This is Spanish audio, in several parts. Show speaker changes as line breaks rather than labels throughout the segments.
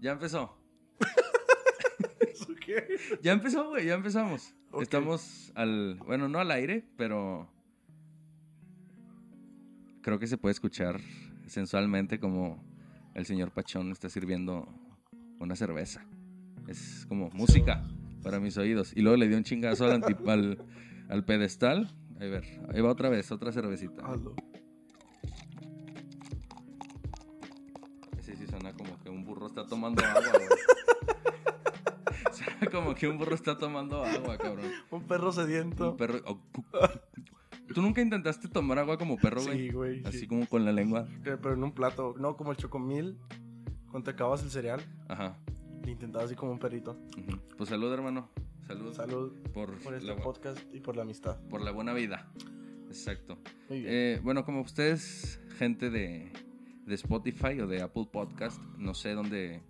Ya empezó.
¿Qué?
Ya empezó, güey, ya empezamos.
Ok.
Estamos al. Bueno, no al aire, pero. Creo que se puede escuchar sensualmente como el señor Pachón está sirviendo una cerveza. Es como música para mis oídos. Y luego le dio un chingazo al, anti- al, al pedestal. Ahí, ver, ahí va otra vez, otra cervecita.
Hazlo.
Sí, sí, suena como que un burro está tomando agua, güey. Suena como que un burro está tomando agua, cabrón.
Un perro sediento.
Un perro. oh, pu- ¿Tú nunca intentaste tomar agua como perro, güey?
sí, güey.
Así
sí.
como con la lengua.
Eh, Pero en un plato. No, como el chocomil. Cuando te acabas el cereal,
Ajá.
le intentaba así como un perrito.
ujú. Pues salud, hermano. Salud.
Salud
Por,
por este
la, bu-
podcast y por la amistad.
por la buena vida. Exacto.
Muy bien.
Eh, bueno, como ustedes, gente de, de Spotify o de Apple Podcast, no sé dónde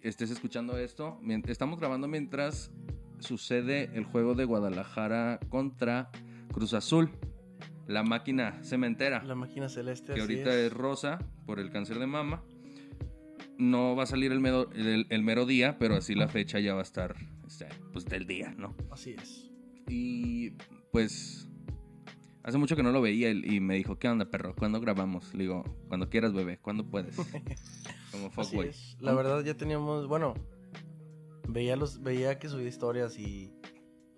estés escuchando esto, mien- estamos grabando mientras sucede el juego de Guadalajara contra Cruz Azul, la máquina cementera,
la máquina celeste.
que
así
ahorita es. rosa por el cáncer de mama. No va a salir el, medo- el- el mero día, pero así la fecha ya va a estar, este, pues, del día, ¿no?
Así es.
Y pues hace mucho que no lo veía y- y me dijo, ¿qué onda, perro? ¿Cuándo grabamos? Le digo, cuando quieras, bebé, ¿cuándo puedes? Como
Así
fuckboy.
es. La verdad ya teníamos, bueno, veía los, veía que subía historias y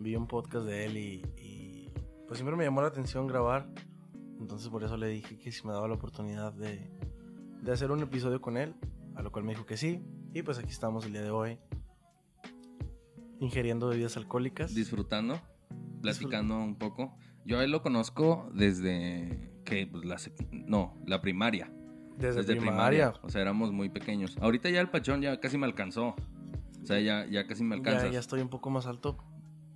vi un podcast de él y, y, pues siempre me llamó la atención grabar. Entonces por eso le dije que si me daba la oportunidad de, de hacer un episodio con él, a lo cual me dijo que sí. Y pues aquí estamos el día de hoy ingiriendo bebidas alcohólicas.
Disfrutando, platicando un poco. Yo a él lo conozco desde que, pues, la sec- no, la primaria.
desde,
Desde
primaria.
primaria. O sea, éramos muy pequeños. Ahorita ya el pachón ya casi me alcanzó. O sea, ya, ya casi me alcanzas.
Ya, ya estoy un poco más alto.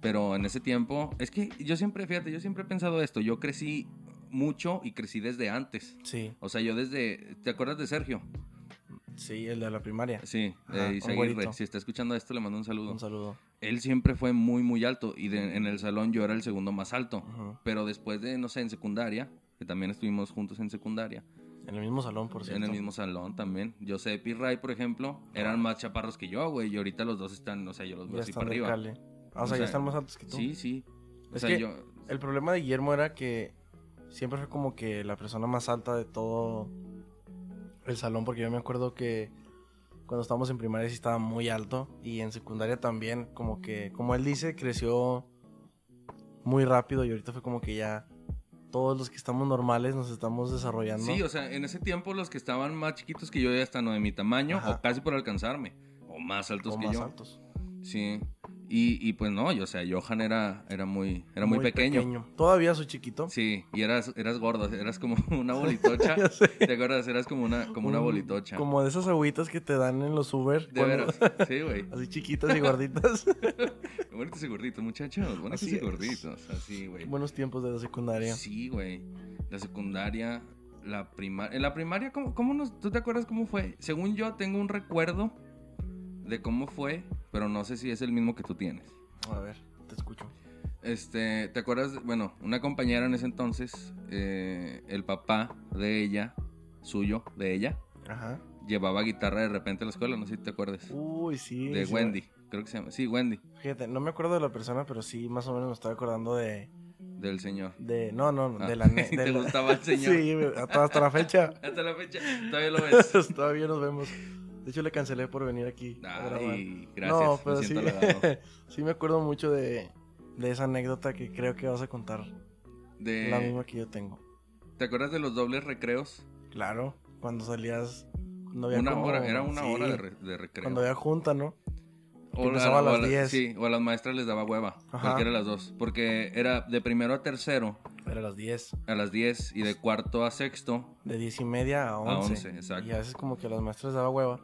Pero en ese tiempo, es que yo siempre, fíjate, yo siempre he pensado esto. Yo crecí mucho y crecí desde antes.
Sí,
O sea, yo desde. ¿Te acuerdas de Sergio?
sí, el de la primaria.
Sí,
Ajá,
de
un
Isaguirre.
güerito.
Si está escuchando esto, le mando un saludo.
Un saludo.
Él siempre fue muy, muy alto. Y de- en el salón yo era el segundo más alto.
Ujú.
Pero después de, no sé, en secundaria, que también estuvimos juntos en secundaria,
En el mismo salón, por cierto.
en el mismo salón también. Josep y Ray, por ejemplo, eran más chaparros que yo, güey. Y ahorita los dos están, o sea, yo los veo
Ya
pues, así
están
para
del
arriba.
cale. Ah,
O
o sea,
sea,
ya están más altos que tú.
Sí, sí. O
Es
sea,
que-
yo.
El problema de Guillermo era que siempre fue como que la persona más alta de todo el salón, porque yo me acuerdo que cuando estábamos en primaria sí estaba muy alto y en secundaria también, como que, como él dice, creció muy rápido y ahorita fue como que ya todos los que estamos normales nos estamos desarrollando.
Sí, o sea, en ese tiempo los que estaban más chiquitos que yo ya están o de mi tamaño
Ajá.
o casi por alcanzarme. O más altos
o
pues, que
más
yo.
altos.
Sí. Y, y, pues no, yo, o sea, Johan era, era muy, era muy, pequeño.
Todavía soy chiquito.
Sí, y eras, eras gordo, eras como una bolitocha.
Ya sé.
¿Te acuerdas? Eras como una, como una
Un-
bolitocha.
Como de esas agüitas que te dan en los Uber.
De
cuando-
veras. Sí, güey.
Así chiquitas y gorditas.
Bonitos y gorditos, muchachos. Bonitos
Así
y
es.
gorditos. Así, güey.
Buenos tiempos de la secundaria.
Sí, güey. La secundaria, la primaria. En la primaria, ¿cómo, cómo nos, ¿tú te acuerdas cómo fue? Según yo, tengo un recuerdo de cómo fue, pero no sé si es el mismo que tú tienes.
A ver, te escucho.
Este, ¿te acuerdas? de- Bueno, una compañera en ese entonces, eh, el papá de ella, suyo, de ella,
Ajá.
llevaba guitarra de repente a la escuela, no sé si te acuerdas.
Uy, sí.
de
sí,
Wendy, creo que se llama. Sí, Wendy,
me- Fíjate, no me acuerdo de la persona, pero sí, más o menos me estaba acordando de.
del señor.
de no, no,
Ah,
de la. ne-
¿te
de la-
gustaba el señor?
sí, hasta, hasta la fecha.
Hasta la fecha, todavía lo ves.
Todavía nos vemos. De hecho, le cancelé por venir aquí. a grabar.
Ay, Ah, gracias.
no, pero
me
sí.
siento halagado.
sí, me acuerdo mucho de, de esa anécdota que creo que vas a contar.
De-
La misma que yo tengo.
¿Te acuerdas de los dobles recreos?
Claro, cuando salías. Cuando había
Una
como-
hora, era una
sí,
hora de, re- de recreo.
Cuando había junta, ¿no?
O la-
empezaba a
o
las
la-
10.
Sí, o a las maestras les daba hueva.
Ajá.
Cualquiera de las dos. Porque era de primero a tercero
Era a las 10.
a las 10 y de cuarto a sexto
De 10 y media a 11.
a 11. Exacto.
Y a veces como que a las maestras daba hueva.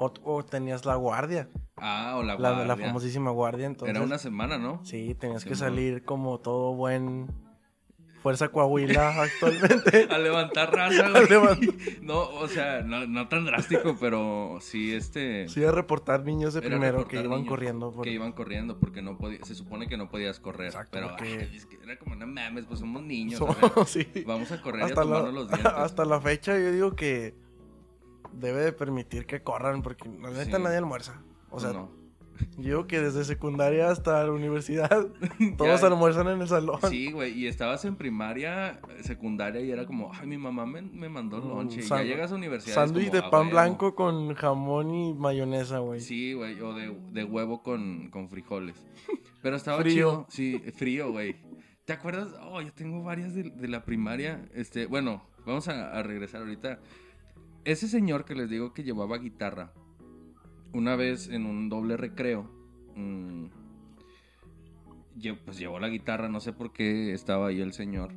O, o tenías la guardia,
Ah, o la,
la, la
guardia.
famosísima guardia. Entonces,
Era una semana, ¿no?
Sí, tenías que
Simón.
salir como todo buen Fuerza Coahuila actualmente.
A levantar raza,
a
güey.
levantar-
No, o sea, no, no tan drástico, pero sí, este...
sí, a reportar niños de
Era
primero que
reportar
iban
niños
corriendo. por-
Que iban corriendo porque no podía... Se supone que no podías correr.
Exacto,
pero
porque-
ay, es que era como, no mames, pues somos niños.
So-
o sea,
sí.
vamos a correr y a
Hasta la,
tomarnos los dientes.
hasta la fecha yo digo que debe de permitir que corran porque la neta
Sí.
nadie almuerza. O sea,
No.
yo que desde secundaria hasta la universidad todos
Ya-
almuerzan en el salón.
Sí, güey, y estabas en primaria, secundaria y era como, ay, mi mamá me, me mandó
Mm,
lonche. Y ya
sándwich-
llegas a universidad. y es
Sándwich
como,
de
"Ah,
pan
huevo".
blanco con jamón y mayonesa, güey.
Sí, güey, o de, de huevo con, con frijoles. Pero estaba chido.
Frío.
Sí, frío, güey. ¿Te acuerdas? Oh, yo tengo varias de, de la primaria. Este, bueno, vamos a, a regresar ahorita. Ese señor que les digo que llevaba guitarra, una vez en un doble recreo, mm, lle- pues llevó la guitarra, no sé por qué estaba ahí el señor.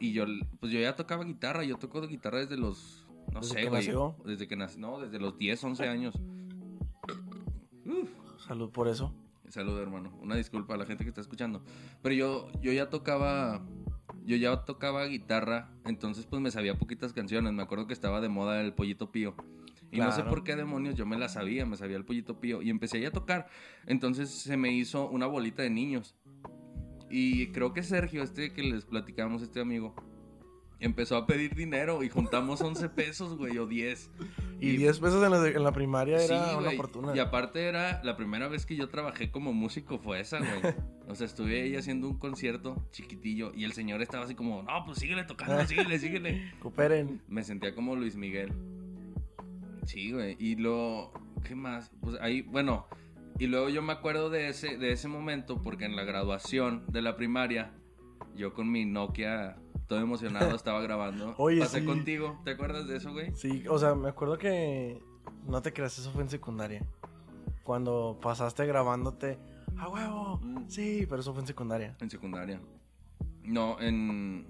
Y yo, l- pues yo ya tocaba guitarra, yo toco guitarra desde los, no
¿Desde
sé,
que
güey.
nació?
Desde que nació, no, desde los 10, 11 años. Uf.
Salud por eso.
Salud, hermano. Una disculpa a la gente que está escuchando. Pero yo, yo ya tocaba. Yo ya tocaba guitarra. Entonces, pues me sabía poquitas canciones. Me acuerdo que estaba de moda el pollito pío. Y no sé
Claro.
por qué demonios yo me la sabía, me sabía el pollito pío. Y empecé ahí a tocar. Entonces se me hizo una bolita de niños. Y creo que Sergio, este que les platicamos, este amigo, empezó a pedir dinero y juntamos 11 pesos, güey, o 10.
Y
Y-
10 pesos en la, en la primaria era
Sí,
una
güey.
fortuna.
Y aparte era la primera vez que yo trabajé como músico fue esa, güey. O sea, estuve ahí haciendo un concierto chiquitillo y el señor estaba así como, no, pues síguele tocando, síguele, síguele.
Cooperen.
Me sentía como Luis Miguel. Sí, güey. Y lo... ¿Qué más? Pues ahí, bueno. Y luego yo me acuerdo de ese, de ese momento porque en la graduación de la primaria, yo con mi Nokia, todo emocionado, estaba grabando.
Oye,
Pasé
sí.
contigo. ¿Te acuerdas de eso, güey?
Sí, o sea, me acuerdo que. No te creas, eso fue en secundaria. Cuando pasaste grabándote. ¡A huevo!
Mm.
Sí, pero eso fue en secundaria.
En secundaria. No, en.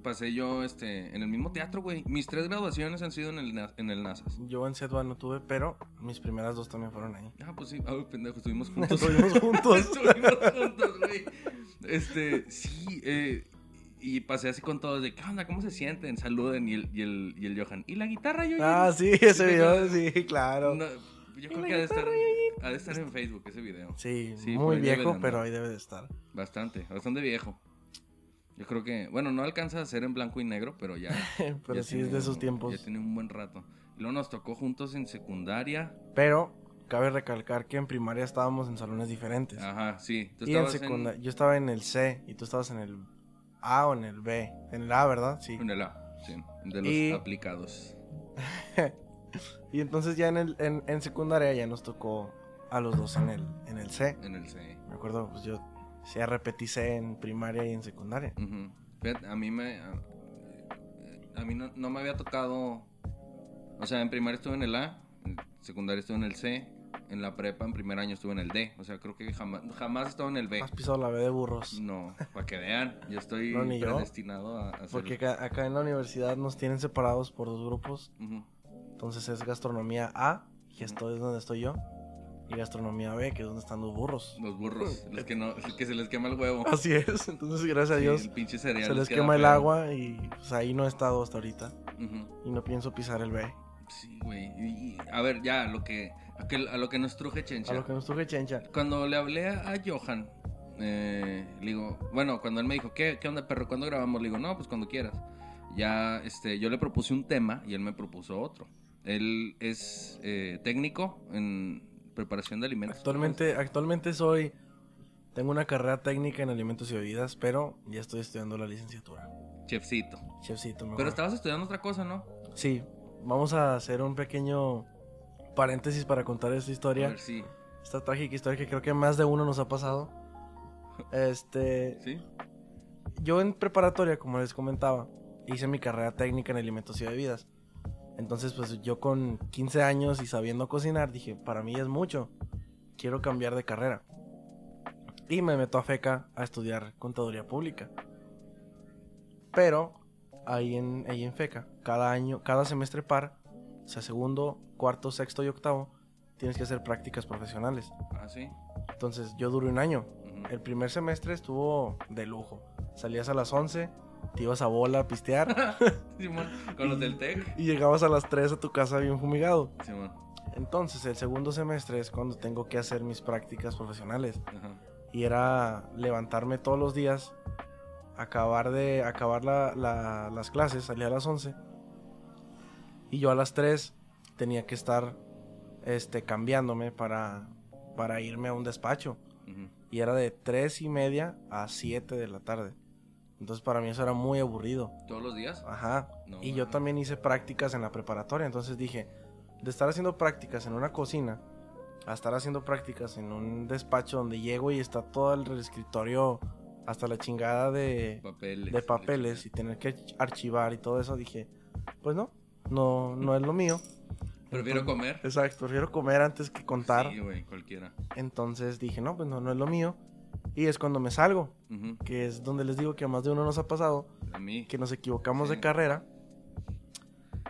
Pasé yo este, en el mismo teatro, güey. Mis tres graduaciones han sido en el, Na- en el NASAS.
Yo en Sedua no tuve, pero mis primeras dos también fueron ahí.
Ah, pues sí. Ah, pendejo, estuvimos juntos.
Estuvimos juntos.
Estuvimos juntos, güey. Este, sí. eh, y pasé así con todos de, ¿qué onda? ¿Cómo se sienten? Saluden. Y el, y el, y el Johan. ¿Y la guitarra, Johan?
ah, sí,
Sí,
ese
te
video,
acuerdas.
sí, claro.
No, yo creo
la
que ha de, estar,
guitarra,
ha de estar en Facebook ese video.
Sí,
Sí, por
muy
ahí debe de
viejo,
andar.
pero ahí debe de estar.
Bastante, bastante viejo. Yo creo que, bueno, no alcanza a ser en blanco y negro, pero ya.
pero
Ya
sí
tiene
es de esos
un-
tiempos.
Ya tiene un buen rato. Y luego nos tocó juntos en secundaria.
Pero cabe recalcar que en primaria estábamos en salones diferentes.
Ajá, sí. Ah, Tú
y en
estabas en-
secundaria, yo estaba en el C y tú estabas en el A o en el B. En el A, ¿verdad? Sí.
En, el A, sí. De los
Y-
aplicados.
Y entonces ya en, el, en, en secundaria ya nos tocó a los dos en el, en el C.
En el C.
Me acuerdo, pues yo sí repetí C en primaria y en secundaria.
Ujú. Fíjate, a mí me. A, eh, a mí no, no me había tocado. O sea, en primaria estuve en el A, en secundaria estuve en el C, en la prepa en primer año estuve en el D. O sea, creo que jamás, jamás estaba en el B.
Has pisado la B de burros.
No, para que vean, yo estoy
No, ni yo.
predestinado a, a ser-
Porque acá, acá en la universidad nos tienen separados por dos grupos.
Ujú.
Entonces es gastronomía A, que esto es donde estoy yo. Y gastronomía B, que es donde están los burros.
Los burros, los que, no, que se les quema el huevo.
Así es. Entonces, gracias a
Sí,
Dios,
el pinche cereal
se les
queda
quema el
feo.
agua y pues, ahí no he estado hasta ahorita.
Ujú.
Y no pienso pisar el B.
Sí, güey. Y- y- A ver, ya, a lo que, a, que- a lo que nos truje, Chencha.
A lo que nos toque chencha.
Cuando le hablé a, a Johan, eh, le digo, bueno, cuando él me dijo, ¿Qué, ¿qué onda, perro? ¿Cuándo grabamos? Le digo, no, pues cuando quieras. Ya, este, yo le propuse un tema y él me propuso otro. Él es eh, técnico en preparación de alimentos.
Actualmente, actualmente soy. Tengo una carrera técnica en alimentos y bebidas, pero ya estoy estudiando la licenciatura.
Chefcito.
Chefcito, mejor.
Pero estabas estudiando otra cosa, ¿no?
Sí, vamos a hacer un pequeño paréntesis para contar esta
A
historia.
ver, sí.
Esta trágica historia que creo que más de uno nos ha pasado. Este.
¿Sí?
yo en preparatoria, como les comentaba, hice mi carrera técnica en alimentos y bebidas. Entonces, pues yo con 15 años y sabiendo cocinar, dije, para mí es mucho. Quiero cambiar de carrera. Y me meto a FECA a estudiar contaduría pública. Pero ahí en, ahí en FECA, cada año, cada semestre par, o sea, segundo, cuarto, sexto y octavo, tienes que hacer prácticas profesionales.
Ah, sí.
Entonces, yo duré un año
Ujú.
el primer semestre estuvo de lujo. Salías a las 11, te ibas a bola a pistear
Simón, con los del TEC.
y llegabas a las 3 a tu casa bien fumigado.
Simón.
Entonces, el segundo semestre es cuando tengo que hacer mis prácticas profesionales.
Ajá.
Y era levantarme todos los días, acabar de acabar la- la- las clases, salía a las 11. Y yo a las 3 tenía que estar este, cambiándome para, para irme a un despacho.
Ujú.
Y era de tres y media a 7 de la tarde. Entonces para mí eso era muy aburrido.
¿Todos los días?
Ajá.
No
y yo
mames.
también hice prácticas en la preparatoria. Entonces dije, de estar haciendo prácticas en una cocina a estar haciendo prácticas en un despacho donde llego y está todo el escritorio hasta la chingada de,
Papeles.
de papeles y tener que archivar y todo eso, dije, pues no, no, no es lo mío.
Prefiero
Entonces-
comer.
Exacto, prefiero comer antes que contar.
Sí, güey, cualquiera.
Entonces dije, no, pues no, no es lo mío. Y es cuando me salgo,
Ujú.
que es donde les digo que a más de uno nos ha pasado,
A mí.
que nos equivocamos
Sí.
de carrera.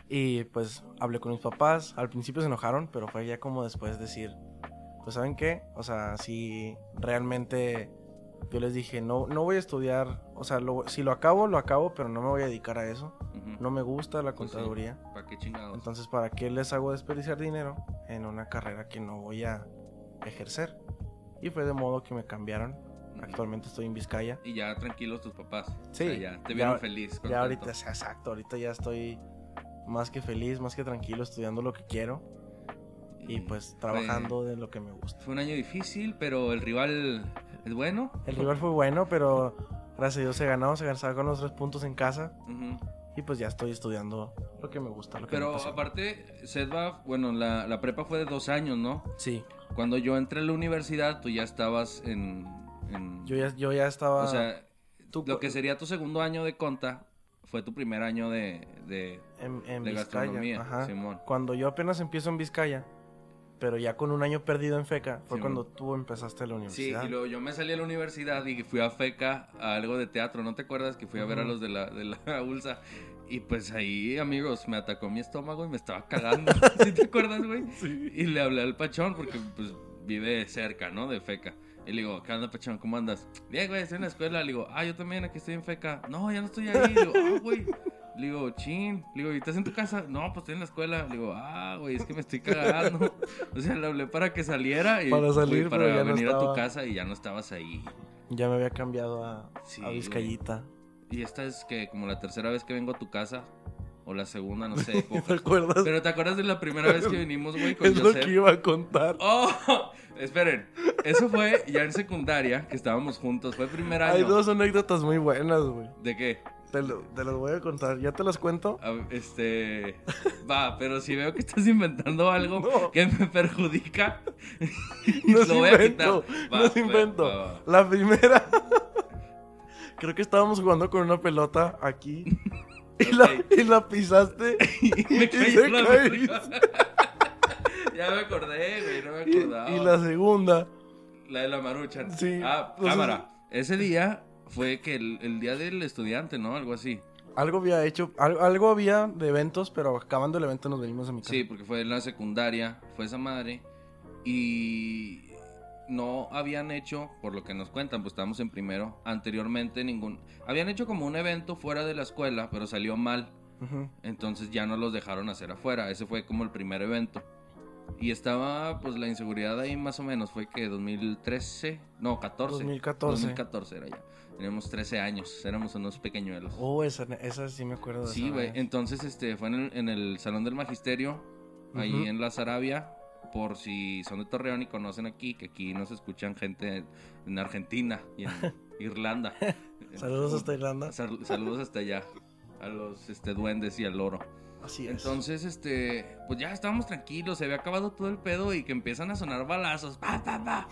Y pues hablé con mis papás, al principio se enojaron, pero fue ya como después decir, pues saben qué, o sea, si realmente yo les dije, no, no voy a estudiar, o sea, lo- si lo acabo, lo acabo, pero no me voy a dedicar a eso, no me gusta la
Pues sí.
contaduría.
¿Para qué chingados?
Entonces, ¿para qué les hago desperdiciar dinero en una carrera que no voy a ejercer? Y fue de modo que me cambiaron.
Ujú.
Actualmente estoy en Vizcaya.
Y ya tranquilos tus papás. O
Sí,
sea, ya te
ya-
vieron feliz.
Ya
contento.
ahorita, sí, exacto, ahorita ya estoy más que feliz, más que tranquilo, estudiando lo que quiero y pues trabajando de lo que me gusta.
Fue, fue un año difícil, pero el rival es bueno.
El rival fue bueno, pero gracias a Dios se ganó, se ganó con los tres puntos en casa
Ujú.
y pues ya estoy estudiando lo que me gusta, lo que me
Pero
apasiona.
aparte, Sedva, bueno, la, la prepa fue de dos años, ¿no?
Sí,
Cuando yo entré a la universidad, tú ya estabas en. en-
yo ya, yo ya estaba...
O sea,
tú-
lo que sería tu segundo año de conta fue tu primer año de. de-
en, en
de gastronomía,
Vizcaya. Ajá.
Simón.
Cuando yo apenas empiezo en Vizcaya, pero ya con un año perdido en FECA, fue
Simón.
cuando tú empezaste
Sí,
la universidad.
y luego yo me salí a la universidad y fui a FECA a algo de teatro. ¿No te acuerdas que fui a ver a
Ujú.
los de la, de la ULSA? Y pues ahí, amigos, me atacó mi estómago y me estaba cagando. ¿Sí te acuerdas, güey? Y le hablé al Pachón porque pues vive cerca, ¿no? De FECA. Y le digo, ¿qué onda, Pachón? ¿Cómo andas? Bien, güey, estoy en la escuela. Le digo, ah, yo también, aquí estoy en FECA. No, ya no estoy ahí. Le digo, ah, güey. Le digo, chin. Le digo, ¿y estás en tu casa? No, pues estoy en la escuela. Le digo, ah, güey, es que me estoy cagando. O sea, le hablé para que saliera y
Para
fui
salir,
para
pero ya no
venir a tu
estaba.
casa y ya no estabas ahí.
Ya me había cambiado a,
Sí,
a Vizcayita.
Y esta es que como la tercera vez que vengo a tu casa o la segunda, no sé.
¿Te
cojas.
acuerdas?
Pero ¿te acuerdas de la primera vez que vinimos, güey, con
es lo
Joseph?
que iba a contar.
¡Oh! Esperen, eso fue ya en secundaria, que estábamos juntos, fue primer año.
Hay dos anécdotas muy buenas, güey.
¿De qué?
Te, lo- te las voy a contar. ¿Ya te las cuento?
A- Este. Va, pero si veo que estás inventando algo
No.
que me perjudica,
No es
lo voy a quitar.
invento.
Va,
No es
va,
invento.
va, va.
La primera. Creo que estábamos jugando con una pelota aquí. Y,
Ok.
la, y la pisaste.
Y me
Y
cayó
te
la
caíste.
verga. Ya me acordé, güey, no me
Y,
acordaba.
y la segunda.
La de la marucha.
Sí, pues,
Ah,
no sé
cámara. Ese día fue que el, el día del estudiante, ¿no? Algo así.
Algo había hecho, al- algo había de eventos, pero acabando el evento nos venimos a mi casa.
Sí, porque fue en la secundaria, fue esa madre. Y no habían hecho, por lo que nos cuentan, pues estábamos en primero, anteriormente ningún... Habían hecho como un evento fuera de la escuela, pero salió mal.
Ujú.
Entonces ya no los dejaron hacer afuera. Ese fue como el primer evento. Y estaba pues la inseguridad ahí más o menos. Fue que 2013, no, 14.
2014.
2014 era ya. Teníamos 13 años, éramos unos pequeñuelos.
Oh, esa, esa sí me acuerdo de
Sí,
esa
güey.
vez.
Entonces, este, fue en el, en el Salón del Magisterio, ahí
Ujú.
en la Sarabia, por si son de Torreón y conocen aquí, que aquí nos escuchan gente en Argentina y en Irlanda.
Saludos hasta Irlanda.
Sal- saludos hasta allá, a los este, duendes y al loro.
Así es.
Entonces, este, pues ya estábamos tranquilos, se había acabado todo el pedo y que empiezan a sonar balazos, pa, pa, pa.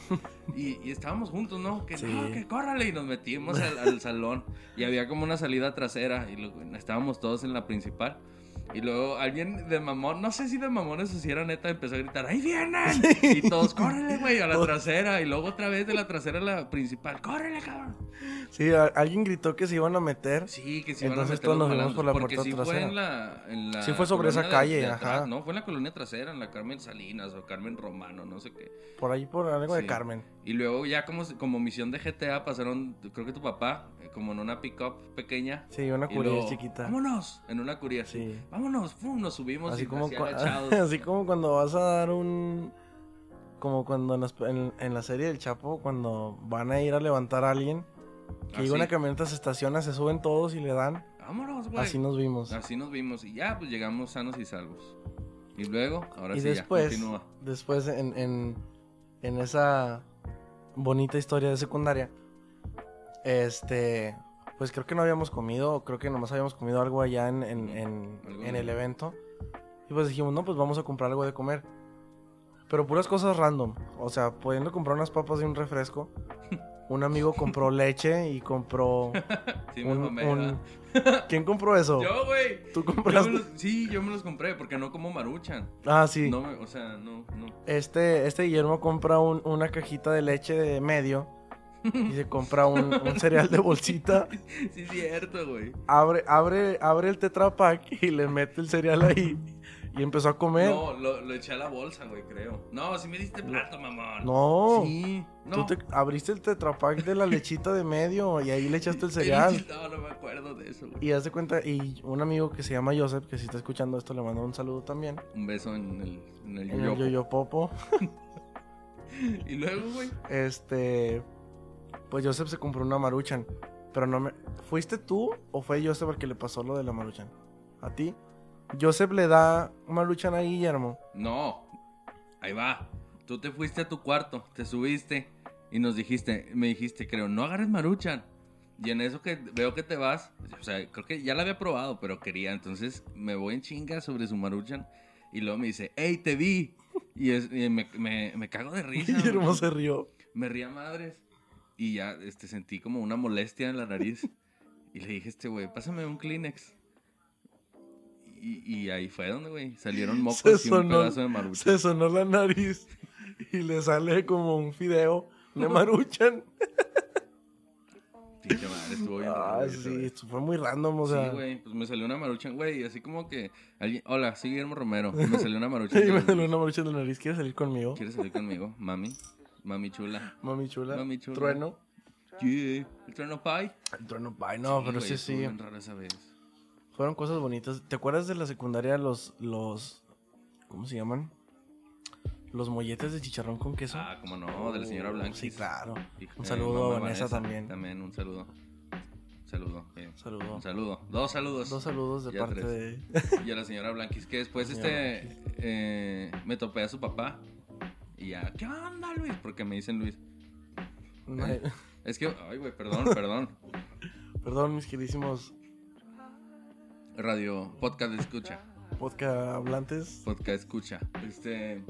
Y, y estábamos juntos, ¿no? Que
Sí.
no, que córrale. Y nos metimos al, al salón y había como una salida trasera y luego estábamos todos en la principal. Y luego alguien de mamón, no sé si de mamón eso si era neta, empezó a gritar, ¡ahí vienen! Y todos, ¡córrele, güey! A la trasera. Y luego otra vez de la trasera a la principal, ¡córrele, cabrón!
Sí, a- alguien gritó que se iban a meter.
Sí, que sí
Entonces
van
todos
a
nos
meter los
vimos por la
balazos, Porque
puerta
sí
trasera.
Fue en la, en la
Sí fue sobre esa
colonia de- de
calle,
atrás,
ajá.
No, fue en la colonia trasera, en la Carmen Salinas o Carmen Romano, no sé qué.
Por ahí, por algo
Sí.
de Carmen.
Y luego ya como, como misión de GTA pasaron, creo que tu papá, eh, como en una pick-up pequeña.
Sí, una
y
curia
luego,
chiquita.
Vámonos, en una curia así.
Sí.
Vámonos, pum, nos subimos
Así
y
como,
así
cua-
agachados.
así como cuando vas a dar un... Como cuando en, las- en- en la serie del Chapo, cuando van a ir a levantar a alguien, que
Así.
llega una camioneta, se estaciona, se suben todos y le dan.
Vámonos, güey.
Así nos vimos.
Así nos vimos y ya pues llegamos sanos y salvos. Y luego, ahora
y
sí,
después,
ya, continúa.
después en, en- en esa bonita historia de secundaria, este, pues creo que no habíamos comido, creo que nomás habíamos comido algo allá en, en- en-
Algo
en
de-
el evento. Y pues dijimos, no, pues vamos a comprar algo de comer. Pero puras cosas random. O sea, pudiendo comprar unas papas y un refresco. Un amigo compró leche y compró...
Sí, me
un,
mamé,
un-
¿verdad?
¿Quién compró eso?
Yo, güey.
¿Tú
Yo
compraste?
me los- Sí, yo me los compré porque no como maruchan.
Ah, sí.
No me- o sea, no, no.
Este, este Guillermo compra un- una cajita de leche de medio y se compra un, un cereal de bolsita,
Sí, es cierto, güey.
abre, abre, abre el Tetra Pak y le mete el cereal ahí y empezó a comer.
No, lo, lo eché a la bolsa, güey, creo. No, si me diste plato, mamón.
No,
Sí, no.
tú te abriste el Tetra Pak de la lechita de medio y ahí le echaste el cereal.
No, no me acuerdo de eso, güey.
Y hace cuenta, y un amigo que se llama Joseph, que si está escuchando esto, le mando un saludo también.
Un beso en el, en el
En el
yoyopo.
Yoyo Popo.
Y luego, güey.
Este. Pues Joseph se compró una maruchan. Pero no me. ¿Fuiste tú o fue Joseph el que le pasó lo de la maruchan? ¿A ti? Joseph le da maruchan a Guillermo.
No, ahí va. Tú te fuiste a tu cuarto, te subiste y nos dijiste, me dijiste, creo, no agarres maruchan. Y en eso que veo que te vas, o sea, creo que ya la había probado, pero quería, entonces me voy en chinga sobre su maruchan. Y luego me dice, hey, te vi. Y, es- y me, me- me cago de risa. güey.
Guillermo se rió.
Me ría madres. Y ya este, sentí como una molestia en la nariz. y le dije a este güey, pásame un Kleenex. Y, y ahí fue donde, güey, salieron mocos y un
sonó-
pedazo de maruchan.
Se sonó la nariz y le sale como un fideo de maruchan.
Pinche madre, estuvo bien.
ah,
raro,
sí,
güey.
esto fue muy random, o sea.
Sí, güey, pues me salió una maruchan, güey, así como que alguien, hola, soy Guillermo Romero, me salió una maruchan.
y me salió una maruchan de la nariz. ¿Quieres salir conmigo?
¿Quieres salir conmigo, mami? Mami chula.
Mami chula.
Mami chula.
Trueno.
Yeah. ¿El trueno pie?
El trueno, bye. No, pero
güey,
sí,
estuvo
sí.
bien raro esa vez.
Fueron cosas bonitas. ¿Te acuerdas de la secundaria los los cómo se llaman? Los molletes de chicharrón con queso.
Ah, como no, de la señora Blanca.
Sí, claro.
Hijo,
Un
eh,
saludo
mamá
a Vanessa también.
También un saludo. Un saludo. eh.
Saludo.
Un saludo. Dos saludos.
Dos saludos de
Ya
parte
tres.
de
Y a la señora Blanquis, que después
La señora
este eh, me topé a su papá. Y ya, ¿qué onda, Luis? Porque me dicen Luis.
Ay,
Es que, ay, güey, perdón, perdón.
Perdón, mis queridísimos
Radio, podcast escucha.
podcast hablantes.
Podcast escucha. Este.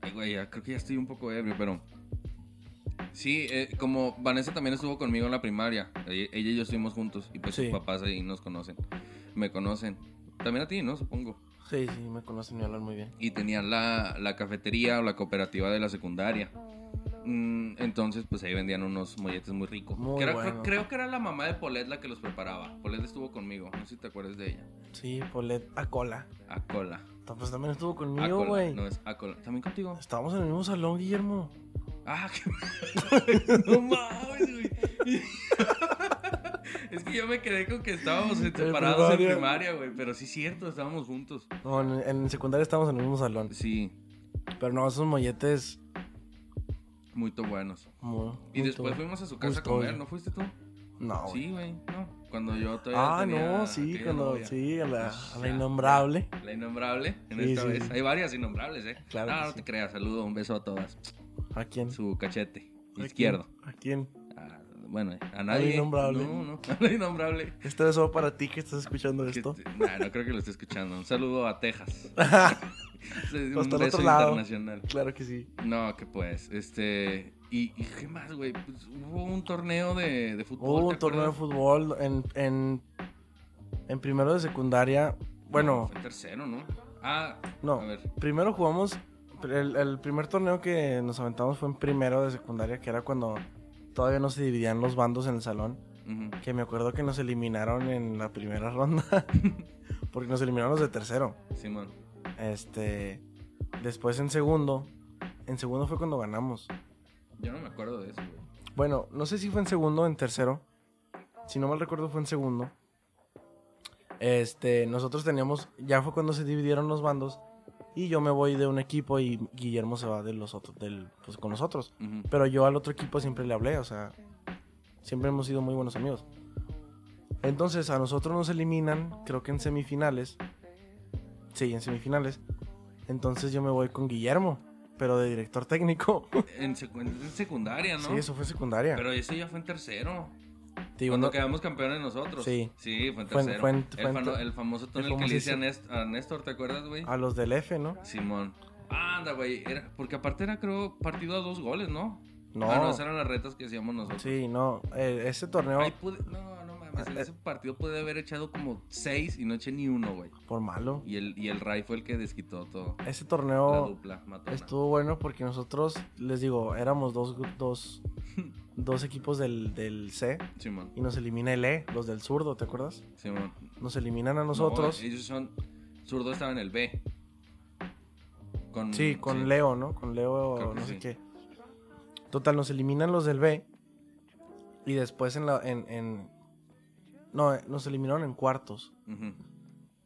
Ay, güey, ya creo que ya estoy un poco ebrio, pero. Sí, eh, como Vanessa también estuvo conmigo en la primaria. Ella ella y yo estuvimos juntos. Y pues
Sí.
sus papás ahí nos conocen. Me conocen. También a ti, ¿no? Supongo.
Sí, sí, me conocen y hablan muy bien.
y tenían la, la cafetería o la cooperativa de la secundaria. Mm, Entonces, pues ahí vendían unos molletes muy ricos.
Muy
Que era-
bueno.
creo, creo que era la mamá de Polet la que los preparaba. Polet estuvo conmigo, no sé si te acuerdas de ella.
Sí, Polet a cola.
A cola.
Ta- Pues también estuvo
A
conmigo,
cola.
güey.
No es a cola. ¿También contigo?
Estábamos en el mismo salón, Guillermo.
Ah, qué- No mames, güey. es que yo me quedé con que estábamos separados en
primaria.
primaria, güey. Pero sí, cierto, estábamos juntos.
No, en, en secundaria estábamos en el mismo salón.
Sí,
Pero no, esos molletes.
muy to- buenos.
muy-
Y
muy
después
tu-
fuimos a su casa a
Justo, güey.
comer, ¿no fuiste tú?
No, güey.
Sí, güey, no. Cuando yo todavía.
Ah,
tenía
no, sí,
aquella
cuando,
novia.
sí, a la, a la
Ya,
innombrable.
La innombrable, en
Sí,
esta
sí,
vez.
sí.
Hay varias innombrables, ¿eh?
Claro
No,
que
no
sí.
te creas. Saludo, un beso a todas.
¿A quién?
Su cachete
¿A
izquierdo.
quién? ¿A quién?
Ah, bueno, a nadie.
innombrable.
No, no, a la innombrable.
Este beso va para ti que estás escuchando
Que-
esto.
nah, no creo que lo esté escuchando. Un saludo a Texas. un
Hasta el
beso
otro lado.
internacional.
Claro que sí.
No, que pues, este... ¿Y, y qué más, güey? Pues, hubo un torneo de, de fútbol.
Hubo
¿te
un torneo de
acuerdas?
fútbol en, en, en primero de secundaria. Bueno,
Fue en tercero, ¿no? Ah,
no.
a ver.
Primero jugamos. El, el primer torneo que nos aventamos fue en primero de secundaria, que era cuando todavía no se dividían los bandos en el salón.
Ujú.
Que me acuerdo que nos eliminaron en la primera ronda. porque nos eliminaron los de tercero.
Simón.
Este. Después en segundo. En segundo fue cuando ganamos.
Yo no me acuerdo de eso, güey.
Bueno, no sé si fue en segundo o en tercero. Si no mal recuerdo, fue en segundo. Este, nosotros teníamos. Ya fue cuando se dividieron los bandos. Y yo me voy de un equipo y Guillermo se va de los otros, del, pues, con nosotros.
Ujú.
Pero yo al otro equipo siempre le hablé, o sea, siempre hemos sido muy buenos amigos. Entonces a nosotros nos eliminan, creo que en semifinales. Sí, en semifinales. Entonces yo me voy con Guillermo, pero de director técnico.
En, secu- en secundaria, ¿no?
Sí, eso fue secundaria.
Pero eso ya fue en tercero.
Te digo,
cuando
no-
quedamos campeones nosotros.
Sí.
Sí, fue en
Fue en-
tercero.
fue en- fue
el,
en
fano-
ter-
el famoso
el
túnel que le hice a
famosísimo- Ah,
Nést- a Néstor, ¿te acuerdas, güey?
a los del F,
Ah,
¿no?
Simón. Anda, güey. Era, porque aparte era, creo, partido a dos goles, ¿no?
No.
Ah, no, esas eran las retas que hacíamos nosotros.
Sí, no. eh, ese torneo,
Ahí pude- no, no mames. En
Ah,
ese partido pude haber echado como seis y no eché ni uno, güey.
por malo.
Y el, y el Ray fue el que desquitó todo.
Ese
La
torneo
dupla, mató.
estuvo bueno porque nosotros, les digo, éramos dos, gru- dos, dos equipos del, del C
Simón.
y nos elimina el E, los del zurdo, ¿te acuerdas?
Simón.
Nos eliminan a nosotros.
No, ellos son. Zurdo estaba en el B. Con,
Sí, con Leo, ¿no? Con
Creo
Leo,
que
no
sí.
sé qué. Total, nos eliminan los del B. Y después en la. En, en- no, eh, nos eliminaron en cuartos.
Ujú.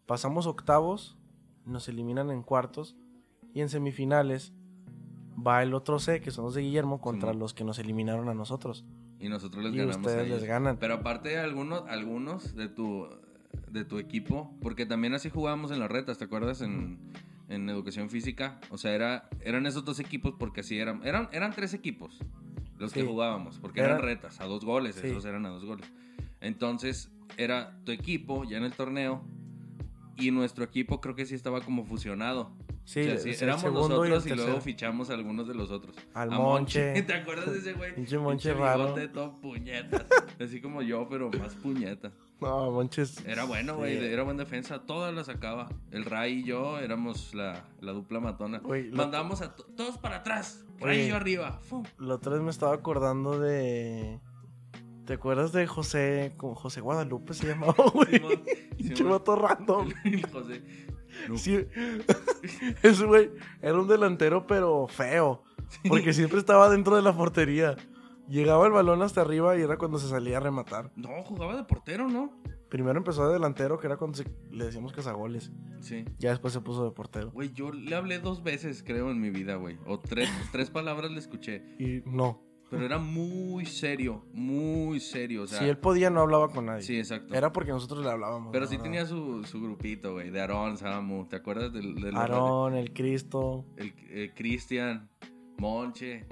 Pasamos octavos, nos eliminan en cuartos. Y en semifinales va el otro C, que son los de Guillermo, contra
Simón.
los que nos eliminaron a nosotros.
Y nosotros les
Y
ganamos.
ustedes
a ellos.
les ganan.
Pero aparte, algunos, algunos de tu de tu equipo, porque también así jugábamos en las retas, ¿te acuerdas? En, en educación física. O sea, era, eran esos dos equipos porque así eran. Eran, eran tres equipos los que
Sí.
jugábamos, porque
Era-
eran retas, a dos goles,
Sí.
esos eran a dos goles. Entonces, era tu equipo ya en el torneo y nuestro equipo creo que sí estaba como fusionado.
Sí,
O sea, sí,
es el
éramos
segundo y el
nosotros y,
tercero.
luego fichamos a algunos de los otros.
Al
A
Monche.
¿Te acuerdas de ese güey?
Pinche Monche
Pinche
raro.
bigote todo puñetas. Así como yo, pero más puñetas.
No, Monches.
Era bueno, güey.
Sí.
Era buena defensa. Todas las sacaba. El Ray y yo éramos la, la dupla matona.
Güey, lo-
Mandamos a to- todos para atrás. Ray
Güey.
y yo arriba. Fu.
La otra vez me estaba acordando de. ¿Te acuerdas de José? como José Guadalupe se llamaba, güey.
Simón,
Pinche
Simón.
vato random.
El José. No.
Sí. Ese güey era un delantero, pero feo. Porque siempre estaba dentro de la portería. Llegaba el balón hasta arriba y era cuando se salía a rematar.
No, jugaba de portero, ¿no?
Primero empezó de delantero, que era cuando se- le decíamos cazagoles.
Sí.
Ya después se puso de portero.
Güey, yo le hablé dos veces, creo, en mi vida, güey. O tres, tres palabras le escuché.
Y no.
Pero era muy serio, muy serio. O sea,
si él podía, no hablaba con nadie.
sí, exacto.
Era porque nosotros le hablábamos.
Pero
la
sí
verdad.
tenía su, su grupito, güey, de Aarón, Samu, ¿te acuerdas del... del
Aarón, el Cristo.
El, el Cristian, Monche,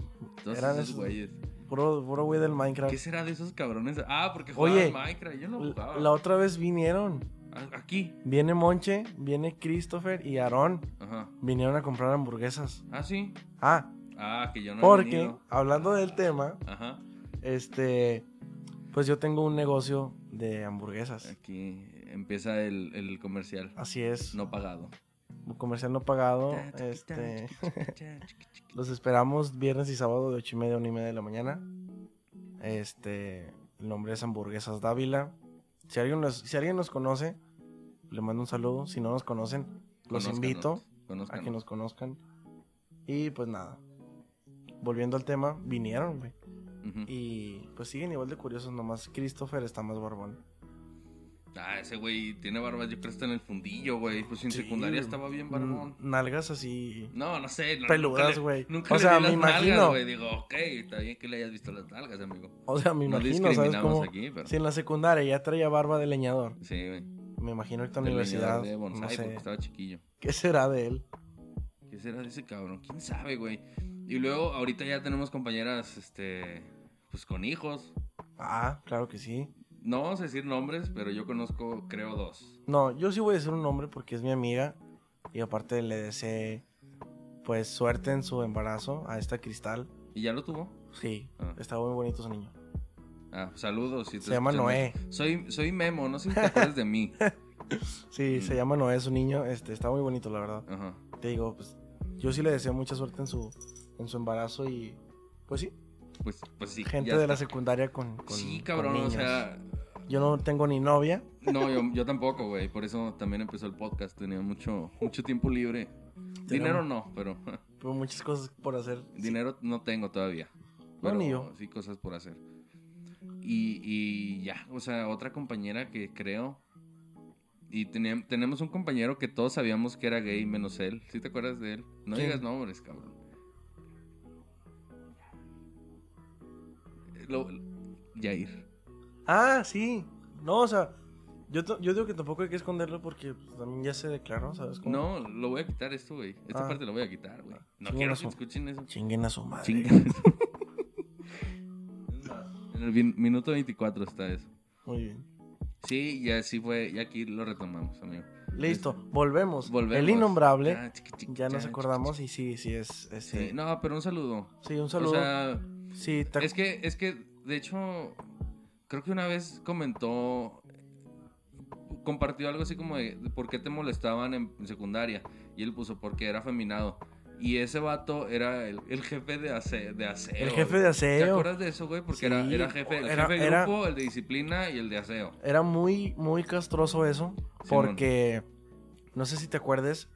todos
Eran
esos
esos-
güeyes.
Puro, puro güey del Minecraft.
¿Qué será de esos cabrones? Ah, porque jugaban
Oye,
Minecraft, yo no jugaba.
La otra vez vinieron.
A- Aquí,
Viene Monche, viene Christopher y Aarón.
ajá.
Vinieron a comprar hamburguesas.
Ah, sí.
Ah,
Ah, que yo no he
porque
venido.
hablando del tema,
Ajá,
este, pues yo tengo un negocio de hamburguesas.
aquí empieza el, el comercial.
Así es,
No pagado.
un comercial no pagado. Este, los esperamos viernes y sábado de 8 y media a 1 y media de la mañana. Este, el nombre es Hamburguesas Dávila. Si alguien nos, si alguien nos conoce, le mando un saludo. Si no nos conocen, los
Conózcanos,
invito. a
conózcanos.
que nos conozcan. Y pues nada, volviendo al tema, vinieron, güey.
Ujú.
Y pues siguen igual de curiosos, nomás Christopher está más barbón.
Ah, ese güey tiene barba, yo creo que está en el fundillo, güey. Pues en
Sí,
secundaria
güey.
estaba bien barbón.
Mm, Nalgas así.
No, no sé. no,
Peludas,
nunca le-
güey.
Nunca
O
le
sea,
vi
me
las nalgas,
imagino.
güey. Digo, ok, está bien que le hayas visto las nalgas, amigo.
O sea, me
no
imagino, ¿sabes
discriminamos
cómo?
aquí, pero...
Si
Sí,
en la secundaria ya traía barba de leñador,
güey.
me imagino que en la
Del
universidad,
leñador De
no
bonsai, porque
sé,
estaba chiquillo.
¿qué será de él?
¿Qué será de ese cabrón? ¿Quién sabe, güey? Y luego, ahorita ya tenemos compañeras, este... Pues con hijos.
Ah, claro que sí.
No vamos a decir nombres, pero yo conozco, creo, dos.
No, yo sí voy a decir un nombre porque es mi amiga y aparte le deseé, pues, suerte en su embarazo a esta Cristal.
¿Y ya lo tuvo?
Sí,
Ah.
está muy bonito su niño.
Ah, saludos. si te
Se llama
escuchas.
Noé.
Soy, soy Memo, no sé si te acuerdas de mí.
Sí,
Mm.
se llama Noé, es un niño, este, está muy bonito, la verdad.
Ajá.
Te digo, pues, yo sí le deseo mucha suerte en su, en su embarazo y, pues sí,
Pues, pues sí.
gente
ya
de
está.
la secundaria con, con
Sí,
con
cabrón, o
niños.
sea...
Yo no tengo ni novia,
No, yo, yo tampoco, güey. Por eso también empezó el podcast. Tenía mucho, mucho tiempo libre. Dinero no, pero
pero muchas cosas por hacer.
dinero no tengo todavía.
No,
Pero
ni yo.
Sí, cosas por hacer. Y, y ya, o sea, otra compañera que creo. Y tenem- tenemos un compañero que todos sabíamos que era gay, menos él. ¿Sí te acuerdas de él? No
¿Quién?
digas nombres, cabrón. Lo, Jair.
Ah, sí, no, o sea, Yo, to- yo digo que tampoco hay que esconderlo porque pues, también ya se declaró, ¿sabes? cómo?
No, lo voy a quitar esto, güey. Esta
Ah.
parte lo voy a quitar, güey. No
Chingón
quiero que
eso.
escuchen eso.
Chinguen a su madre.
Chinga. Es más, en el vin- minuto 24 está eso.
Muy bien.
Sí, ya sí fue. Y aquí lo retomamos, amigo.
Listo, volvemos.
Volvemos.
El innombrable. Ya,
Ya, chiqui, chiqui,
nos
ya,
acordamos y sí, sí es.
chiqui,
Este,
chiqui.
sí,
No, pero un saludo.
un saludo.
O sea,
sí, te-
es que, es que, de hecho, creo que una vez comentó, compartió algo así como de, de por qué te molestaban en, en secundaria. Y él puso porque era feminado. Y ese vato era el, el jefe de aseo. De aseo
el
güey.
jefe de
eh, ¿Te
aseo.
acuerdas de eso, güey? Porque era,
Sí,
era jefe, el
era-
jefe de
era-
grupo, el de disciplina y el de aseo.
Era muy, muy castroso eso.
Simón.
Porque. No sé si te acuerdes.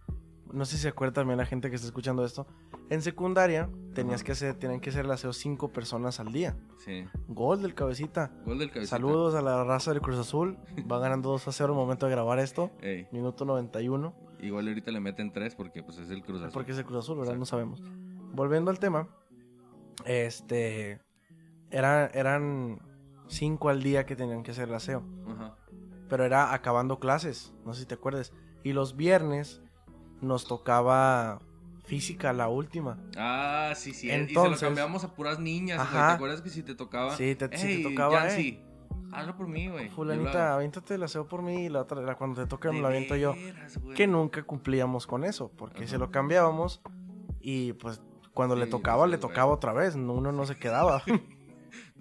No sé si se acuerda también la gente que está escuchando esto. En secundaria tenías
Ajá.
que hacer, tenían que hacer el aseo cinco personas al día.
Sí.
Gol del cabecita.
Gol del cabecita.
Saludos a la raza del Cruz Azul. Va ganando 2 a 0 al momento de grabar esto.
Ey,
Minuto 91.
igual ahorita le meten tres porque pues es el Cruz Azul.
Porque es el Cruz Azul, ¿verdad?
Exacto.
No sabemos. Volviendo al tema. Este. Era, eran 5 al día que tenían que hacer el aseo.
Ajá.
Pero era acabando clases. No sé si te acuerdas. Y los viernes nos tocaba física, la última.
Ah, sí, sí. es- y
Entonces-
se lo cambiamos a puras niñas. güey.
Ajá.
¿Te acuerdas que si te tocaba?
Sí, te- si te
"Ey,
tocaba, eh.
Yancy, Hazlo por mí, güey. Yo lo
Fulanita,
hago.
aviéntate el aseo por mí. Y la otra, la- cuando te toque, me
De
lo aviento yo.
veras, güey.
que nunca cumplíamos con eso, porque
Ajá.
se lo cambiábamos y pues cuando le
Sí,
tocaba,
pues,
le
es
tocaba otra vez, no- uno no se quedaba.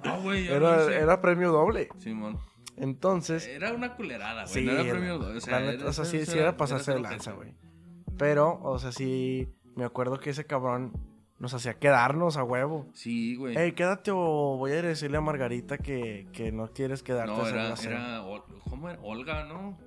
No, güey. yo lo
era,
hice.
era premio doble.
Simón.
Entonces,
Era una culerada, Ah, güey.
sí,
no era
era-
premio. O sea,
la neta, o sea, sí, sí era pasarse de
ser ojete.
lanza, güey. Pero, o sea, sí, me acuerdo que ese cabrón nos hacía quedarnos a huevo.
Sí, güey.
Ey, quédate o voy a decirle a Margarita que, que no quieres quedarte a
No,
hacer
era,
la cena".
era, Ol- ¿cómo era? Olga, ¿no?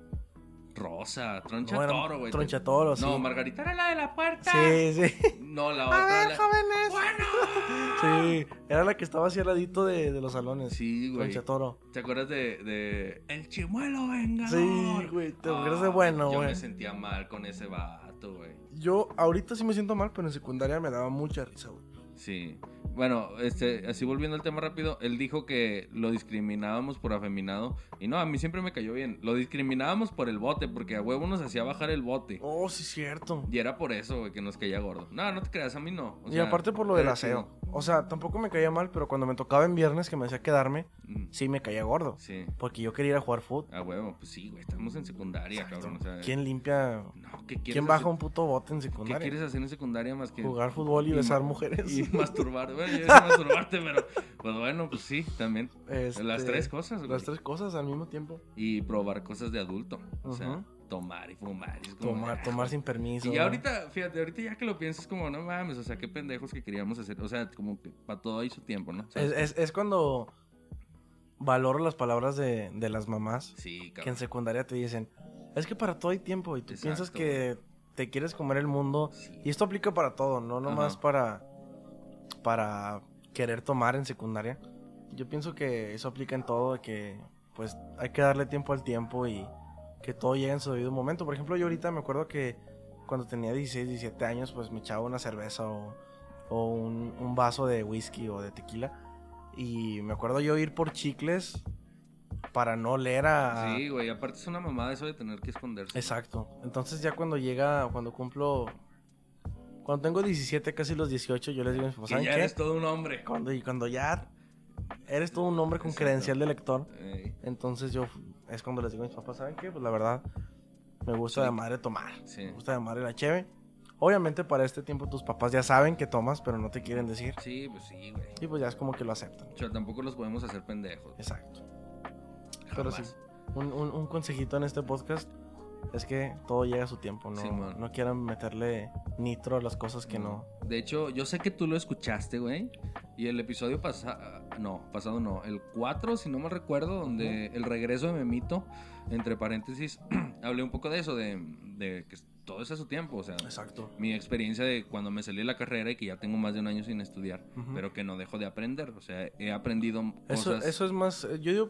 Rosa, Troncha
No, era
Toro, güey.
tronchatoro, sí.
No, Margarita era la de la puerta.
Sí, sí.
No, la
A
otra.
ver,
la-
jóvenes.
Bueno.
Sí, era la que estaba así al ladito de, de los salones.
Sí, güey.
Tronchatoro.
¿Te acuerdas de, de El Chimuelo Vengador?
Sí, güey, te acuerdas de
Ah,
bueno,
Yo
güey.
me sentía mal con ese vato, güey.
Yo ahorita sí me siento mal, pero en secundaria me daba mucha risa, güey.
Sí. Bueno, este, así volviendo al tema rápido, él dijo que lo discriminábamos por afeminado. Y no, a mí siempre me cayó bien. Lo discriminábamos por el bote, porque a huevo nos hacía bajar el bote.
Oh, sí, cierto.
Y era por eso, güey, que nos caía gordo. No, no te creas, a mí no. O
Y
sea,
aparte por lo del
era
aseo. O sea, tampoco me caía mal, pero cuando me tocaba en viernes que me hacía quedarme,
chido. Mm,
sí me caía gordo.
Sí.
Porque yo quería ir a jugar fútbol.
A huevo, pues sí, güey, estamos en secundaria, cabrón. O sea,
¿Quién limpia?
No, ¿qué quieres
¿Quién baja
hacer?
un puto bote en
¿Qué
secundaria?
quieres hacer en secundaria más que
Jugar fútbol y,
y
besar
ma-
mujeres.
y masturbar? Bueno, yo decía masturbarte, pero pues bueno, pues sí, también.
Este,
Las tres cosas, güey.
Las tres cosas al mismo tiempo.
Y probar cosas de adulto. O sea,
Ujú.
tomar y fumar. y es como,
Tomar,
ah,
tomar sin permiso.
Y ya ahorita, fíjate, ahorita ya que lo piensas, como no mames, o sea, qué pendejos que queríamos hacer. O sea, como que para todo hay su tiempo, ¿no?
Es,
¿Sabes?
es- es cuando valoro las palabras de, de las mamás
Sí,
que en
cabrón.
secundaria te dicen, es que para todo hay tiempo y tú
Exacto,
piensas que te quieres comer el mundo.
Sí.
Y esto aplica para todo, no nomás
Ajá.
para, para querer tomar en secundaria. Yo pienso que eso aplica en todo, de que pues hay que darle tiempo al tiempo y que todo llegue en su debido momento. Por ejemplo, yo ahorita me acuerdo que cuando tenía 16, 17 años, pues me echaba una cerveza o, o un, un vaso de whisky o de tequila. Y me acuerdo yo ir por chicles para no leer a,
Sí, güey, aparte es una mamada eso de tener que esconderse.
Exacto. Entonces ya cuando llega, cuando cumplo... Cuando tengo 17, casi los 18, yo les digo a mis papás,
Que
pues, ¿saben
ya
qué?
eres todo un hombre.
Cuando, y cuando ya eres todo un hombre con
Exacto.
credencial de lector,
Ey,
entonces yo es cuando les digo a mis papás, ¿saben qué? Pues la verdad, me gusta de madre tomar.
Sí.
Me gusta de madre la cheve. Obviamente para este tiempo tus papás ya saben que tomas, pero no te quieren decir.
Sí, pues sí, güey.
Y pues ya es como que lo aceptan.
O sea, tampoco los podemos hacer pendejos.
Exacto. Pero
Jamás.
sí, un, un- un consejito en este podcast es que todo llega a su tiempo, no,
Sí, man.
no quieran meterle nitro a las cosas que no.
De hecho, yo sé que tú lo escuchaste, güey. Y el episodio pasado, no, pasado no, el 4, si no mal recuerdo, donde el regreso de Memito, entre paréntesis, hablé un poco de eso, de, de que todo es a su tiempo, o sea,
Exacto.
mi experiencia de cuando me salí de la carrera y que ya tengo más de un año sin estudiar,
Ujú.
pero que no dejo de aprender, o sea, he aprendido
Eso,
cosas.
eso es más, eh, yo digo,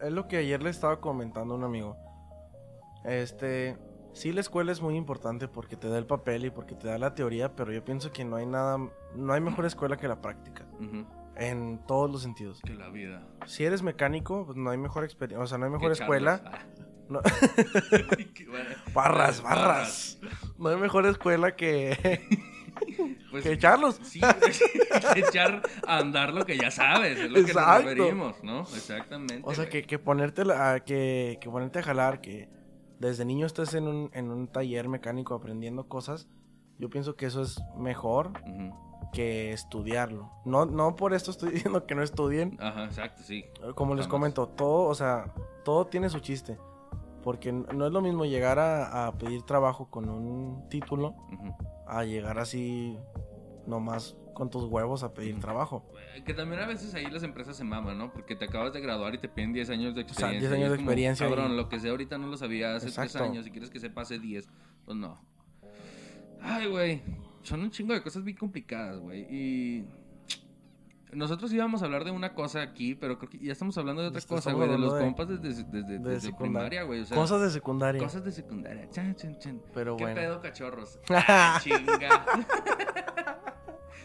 es lo que ayer le estaba comentando a un amigo. Este, sí la escuela es muy importante porque te da el papel y porque te da la teoría, pero yo pienso que no hay nada, no hay mejor escuela que la práctica,
Ujú.
en todos los sentidos.
Que la vida.
Si eres mecánico, pues no hay mejor experiencia, o sea, no hay
que
mejor escuela
Charles. Ah,
No.
Qué bueno.
Barras, barras. No hay mejor escuela que,
Pues,
que Charlos.
Sí, güey, echar a andar lo que ya sabes, es lo que nos
Exacto.
referimos, ¿no? Exactamente.
O sea,
güey.
que, que, ponerte la- a, que, que ponerte a jalar, que desde niño estés en un, en un taller mecánico aprendiendo cosas, yo pienso que eso es mejor
Ujú.
que estudiarlo. No, no por esto estoy diciendo que no estudien.
Ajá, exacto, sí.
Como les
Jamás.
comento, todo, o sea, todo tiene su chiste. Porque n- no es lo mismo llegar a, a pedir trabajo con un título
Ujú.
a llegar así nomás con tus huevos a pedir
Ujú.
trabajo.
Eh, Que también a veces ahí las empresas se maman, ¿no? Porque te acabas de graduar y te piden 10 años de
sea,
experiencia.
10 años
y es
de
como,
experiencia y-
Cabrón, lo que sé ahorita no lo sabía hace 3
Exacto.
años. Si quieres que se pase 10, pues no. Ay, güey. Son un chingo de cosas bien complicadas, güey. Y. Nosotros íbamos a hablar de una cosa aquí, pero creo que ya estamos hablando de otra
Estamos
cosa, güey. De los
hablando de-
compas desde, desde,
de
desde
secundaria.
primaria, güey. O sea,
cosas de secundaria.
eh, cosas de secundaria. Chan, chan, chan.
Pero
¿Qué
bueno.
pedo, cachorros? Ah, chinga.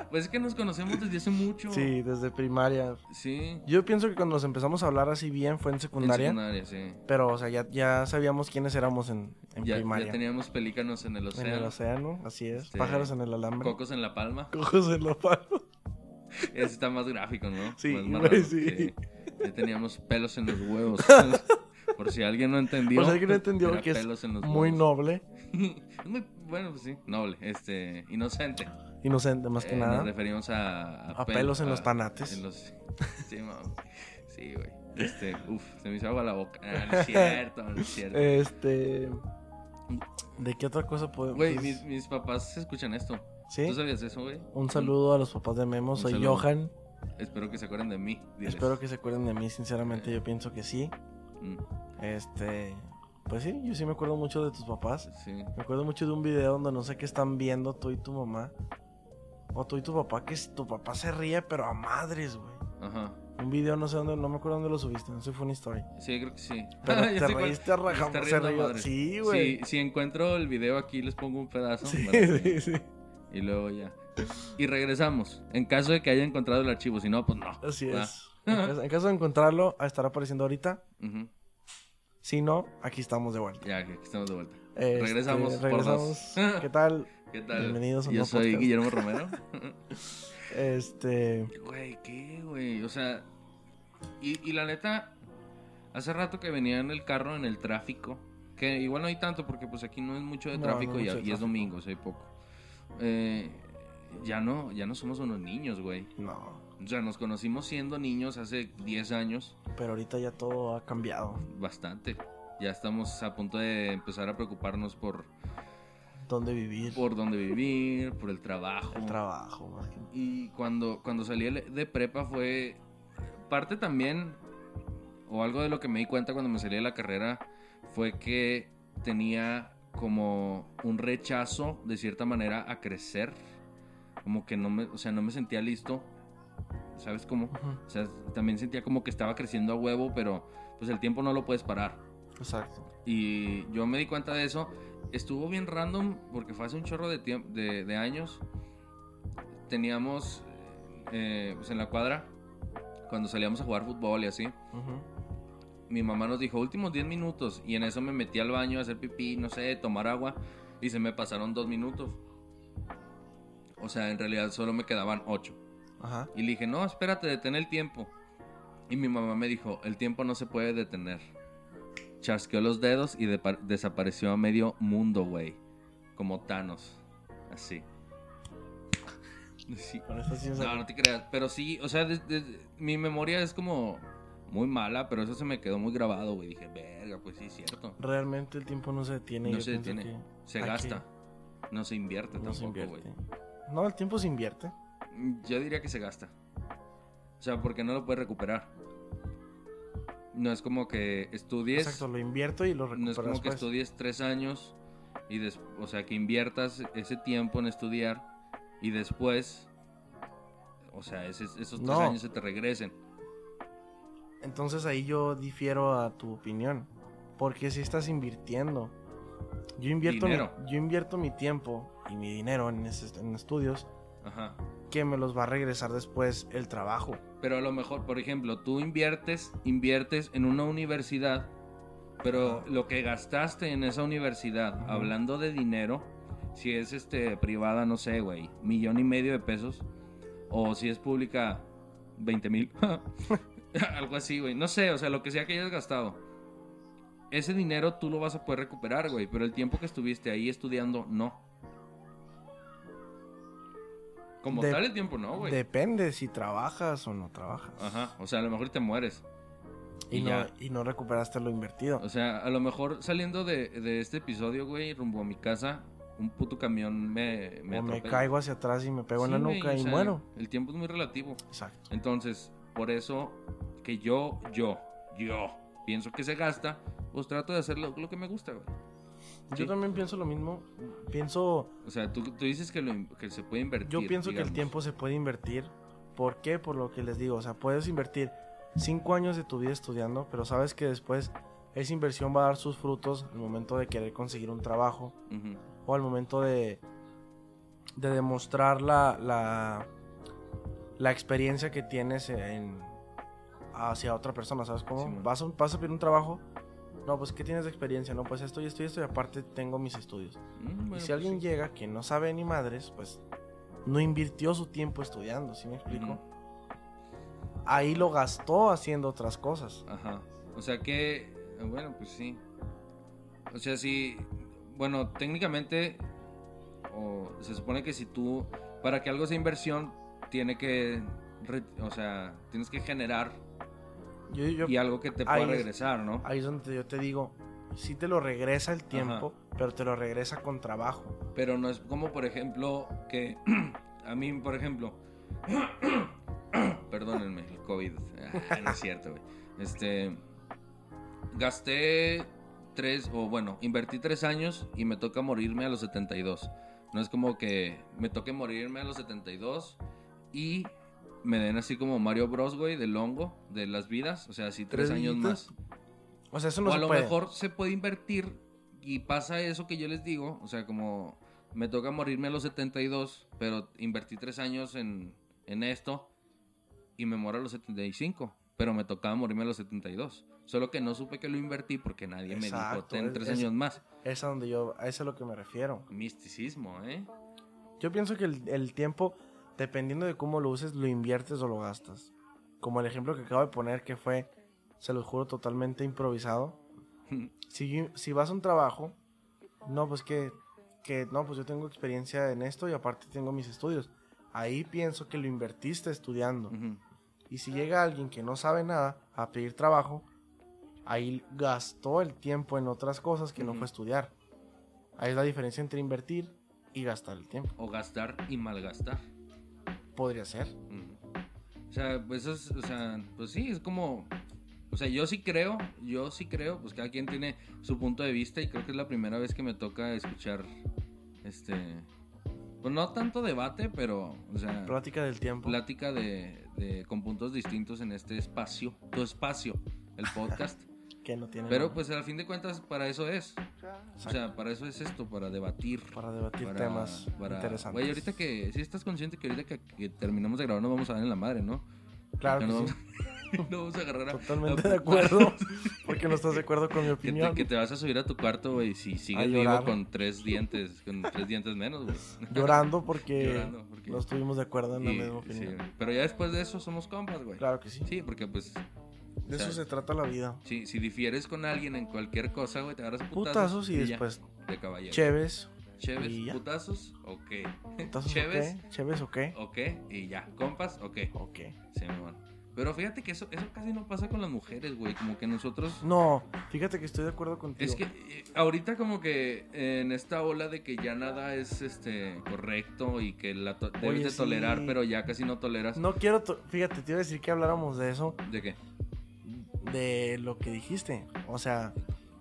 pues es que nos conocemos desde hace mucho.
Sí, desde primaria.
Sí.
Yo pienso que cuando nos empezamos a hablar así bien fue en secundaria.
En secundaria, sí.
Pero, o sea, ya, ya sabíamos quiénes éramos en, en
ya,
primaria.
ya teníamos pelícanos en el
en
océano,
el océano, así es.
Este,
Pájaros en el alambre.
cocos en la palma.
Cocos en la palma.
Ese está más gráfico, ¿no?
Sí,
Más- más
güey,
raro,
sí.
Ya teníamos pelos en los huevos. Por si alguien no entendió.
Por si alguien no entendió,
era
que es
pelos en los
Muy
huevos.
noble,
Es muy- bueno, pues sí, noble, este, inocente.
inocente más que
Eh,
nada.
Nos referimos a...
A pelos en los tanates.
en los- Sí, mam. Sí, güey. Este, uf, se me hizo agua la boca. Ah, no es cierto, no es cierto.
Este. ¿De qué otra cosa podemos.?
Güey, mis, mis papás escuchan esto.
pues, ¿Sí?
¿Tú sabías eso, güey?
Un saludo a los papás de Memo.
Un
Soy
saludo.
Johan.
Espero que se acuerden de mí. diles. Eh.
Espero que se acuerden de mí. Sinceramente, yo pienso que sí.
Mm,
Este. Pues sí, yo sí me acuerdo mucho de tus papás.
sí.
Me acuerdo mucho de un video donde no sé qué están viendo tú y tu mamá. O tú y tu papá, que s- tu papá se ríe, pero a madres, güey.
Ajá.
Un video, no sé dónde, no me acuerdo dónde lo subiste, no sé, fue una historia.
Sí, creo que sí.
Pero
Ya
te
sé cuál.
reíste a raja-
Está
se
riendo
rió.
madre.
Sí, güey.
Si, si encuentro el video aquí, les pongo un pedazo.
Sí,
para que-
sí, sí.
Y luego ya. Y regresamos. En caso de que haya encontrado el archivo. Si no, pues no.
Así
Ah.
es. En caso- En caso de encontrarlo, estará apareciendo ahorita.
Ujú.
Si no, aquí estamos de vuelta.
Ya, que aquí estamos de vuelta.
Este,
Regresamos por
regresamos.
dos.
¿Qué tal?
¿Qué tal?
Bienvenidos a un
Yo
nuevo
soy
podcast.
Guillermo Romero.
Este.
Güey, ¿qué, güey? O sea, y, y la neta, hace rato que venía en el carro en el tráfico, que igual no hay tanto porque pues aquí no es mucho de
No,
tráfico
no hay
y,
mucho de
y es
tráfico.
domingo, o sea, hay poco. Eh, ya no, ya no somos unos niños, güey.
No.
O sea, nos conocimos siendo niños hace 10 años,
Pero ahorita ya todo ha cambiado.
bastante. Ya estamos a punto de empezar a preocuparnos por,
¿Dónde vivir?
por dónde vivir, por el trabajo.
El trabajo, más que-
Y cuando, cuando salí de de prepa fue parte también, o algo de lo que me di cuenta cuando me salí de la carrera, fue que tenía como un rechazo de cierta manera a crecer. Como que no me, o sea, no me sentía listo. ¿Sabes cómo?
Ujú.
O sea, también sentía como que estaba creciendo a huevo, pero pues el tiempo no lo puedes parar.
Exacto.
Y yo me di cuenta de eso. Estuvo bien random porque fue hace un chorro de, tiemp- de, de años. Teníamos eh, pues en la cuadra, cuando salíamos a jugar fútbol y así,
Ujú.
mi mamá nos dijo últimos 10 minutos. Y en eso me metí al baño a hacer pipí, no sé, tomar agua. Y se me pasaron dos minutos. O sea, en realidad solo me quedaban ocho.
Ajá.
Y le dije, no, espérate, detén el tiempo. Y mi mamá me dijo, el tiempo no se puede detener. Chasqueó los dedos y depa- desapareció a medio mundo, güey. Como Thanos. Así. Sí.
Con esta sí es-
No, no te creas. Pero sí, o sea, des- des- mi memoria es como muy mala, pero eso se me quedó muy grabado, güey. Dije, verga, pues sí, es cierto.
Realmente el tiempo no se detiene.
No
yo
se
pienso
detiene.
que
Se
hay
gasta. No se invierte
No se
tampoco, güey.
invierte. No, el tiempo se invierte.
Yo diría que se gasta. O sea, porque no lo puedes recuperar. No es como que estudies.
Exacto, lo invierto y lo
no
recuperas
es como que
después.
estudies tres años y des- o sea que inviertas ese tiempo en estudiar y después. O sea, ese- esos tres
No.
años se te regresen.
Entonces ahí yo difiero a tu opinión. Porque si estás invirtiendo. Yo invierto, mi,
Dinero.
yo invierto mi tiempo y mi dinero en, ese- en estudios
Ajá.
que me los va a regresar después el trabajo.
Pero a lo mejor, por ejemplo, tú inviertes, inviertes en una universidad Pero lo que gastaste en esa universidad, hablando de dinero, si es este privada, no sé, güey, millón y medio de pesos, o si es pública, 20 mil, algo así, güey, no sé, o sea, lo que sea que hayas gastado, ese dinero tú lo vas a poder recuperar, güey, pero el tiempo que estuviste ahí estudiando, no. Como
De-
tal el tiempo, no, güey.
Depende si trabajas o no trabajas.
Ajá, o sea, a lo mejor te mueres.
Y,
Y
no,
ya.
y no recuperaste lo invertido.
O sea, a lo mejor saliendo de, de este episodio, güey, rumbo a mi casa, un puto camión me...
o me
atropella.
caigo hacia atrás y me pego en la
Sí, güey,
nuca
o
y
sea,
muero.
El tiempo es muy relativo.
Exacto.
Entonces, por eso que yo, yo, yo pienso que se gasta, pues trato de hacer lo, lo que me gusta, güey. Sí.
Yo también pienso lo mismo. Pienso,
O sea, tú, tú dices que, lo in- que se puede invertir.
yo pienso que
digamos.
el tiempo se puede invertir. ¿Por qué? Por lo que les digo. O sea, puedes invertir cinco años de tu vida estudiando, pero sabes que después esa inversión va a dar sus frutos al momento de querer conseguir un trabajo
Ujú.
o al momento de, de demostrar la, la, la experiencia que tienes en, hacia otra persona, ¿sabes cómo?
Simón.
vas, a, vas a pedir un trabajo, no, pues ¿qué tienes de experiencia? No, pues esto y esto y esto y aparte tengo mis estudios.
Mm, bueno,
y si
pues
alguien
sí.
llega que no sabe ni madres, pues no invirtió su tiempo estudiando, ¿sí me explico?
Ujú.
Ahí lo gastó haciendo otras cosas.
Ajá. O sea que, bueno, pues sí. O sea, si, bueno, técnicamente, o se supone que si tú, para que algo sea inversión, tiene que, re- o sea, tienes que generar
Yo, yo-
y algo que te
ahí
pueda
es-
regresar, ¿no?
ahí es donde yo te digo, sí te lo regresa el tiempo, pero te lo regresa con trabajo.
Pero no es como, por ejemplo, que a mí, por ejemplo, perdónenme, el COVID. Ah, no es cierto, güey. Este, gasté tres, o bueno, invertí tres años y me toca morirme a los 72. No es como que me toque morirme a los 72 y me den así como Mario Bros, güey, del hongo, de las vidas. O sea, así tres,
¿Tres
años
viditas?
más.
O sea, eso no
o a
se
lo
puede.
mejor se puede invertir y pasa eso que yo les digo, o sea, como me toca morirme a los 72, pero invertí tres años en, en esto y me muero a los 75, pero me tocaba morirme a los 72. Solo que no supe que lo invertí porque nadie me dijo,
Exacto,
ten
es-
tres
es-
años más.
Es a donde yo, a eso es a lo que me refiero.
Misticismo, ¿eh?
Yo pienso que el, el tiempo, dependiendo de cómo lo uses, lo inviertes o lo gastas. Como el ejemplo que acabo de poner, que fue, se los juro, totalmente improvisado. Si, si vas a un trabajo, no, pues que, que, no, pues yo tengo experiencia en esto y aparte tengo mis estudios. Ahí pienso que lo invertiste estudiando.
Ujú.
Y si llega alguien que no sabe nada a pedir trabajo, ahí gastó el tiempo en otras cosas que no
Ujú.
fue estudiar. Ahí es la diferencia entre invertir y gastar el tiempo.
O gastar y malgastar.
Podría ser.
Mm. O sea, pues eso es, o sea, pues sí, es como, o sea, yo sí creo, yo sí creo, pues cada quien tiene su punto de vista y creo que es la primera vez que me toca escuchar, este, pues no tanto debate, pero, o sea,
Plática del tiempo.
plática de, de- con puntos distintos en este espacio, tu espacio, el podcast.
que no tiene
pero
nombre.
pues al fin de cuentas para eso es, o
Exacto.
sea, para eso es esto, para debatir.
para debatir temas
para-
interesantes.
Güey, ahorita que, si estás consciente que ahorita que, que terminamos de grabar nos vamos a dar en la madre, ¿no?
Claro
que
que
no
sí,
No vamos a agarrar a...
Totalmente
a-
de acuerdo. Porque no estás de acuerdo con mi
Que te,
opinión.
que te vas a subir a tu cuarto, güey, si sigues vivo
llorar.
con tres dientes, con tres dientes menos, güey.
Llorando porque
Llorando, porque-
no estuvimos de acuerdo en la
Y-
misma
sí,
opinión.
güey. pero ya después de eso somos compas, güey.
Claro que sí.
Sí, porque pues,
De eso
o sea,
se trata la vida.
si, si difieres con alguien en cualquier cosa, güey, te agarras putazos.
Putazos y
ya,
después
de caballero.
cheves.
Chéves,
y ya.
putazos, ok.
¿Putazos
Cheves.
o qué? ¿Cheves o qué?
Ok, y ya. Compas, ok.
Ok.
Sí, mi amor. Pero fíjate que eso, eso casi no pasa con las mujeres, güey. Como que nosotros
No, fíjate que estoy de acuerdo contigo.
Es que eh, ahorita como que en esta ola de que ya nada es este correcto y que la to- debes
Oye,
de tolerar,
sí.
pero ya casi no toleras.
No quiero... to- Fíjate, te iba a decir que habláramos de eso,
¿De qué?
de lo que dijiste. O sea,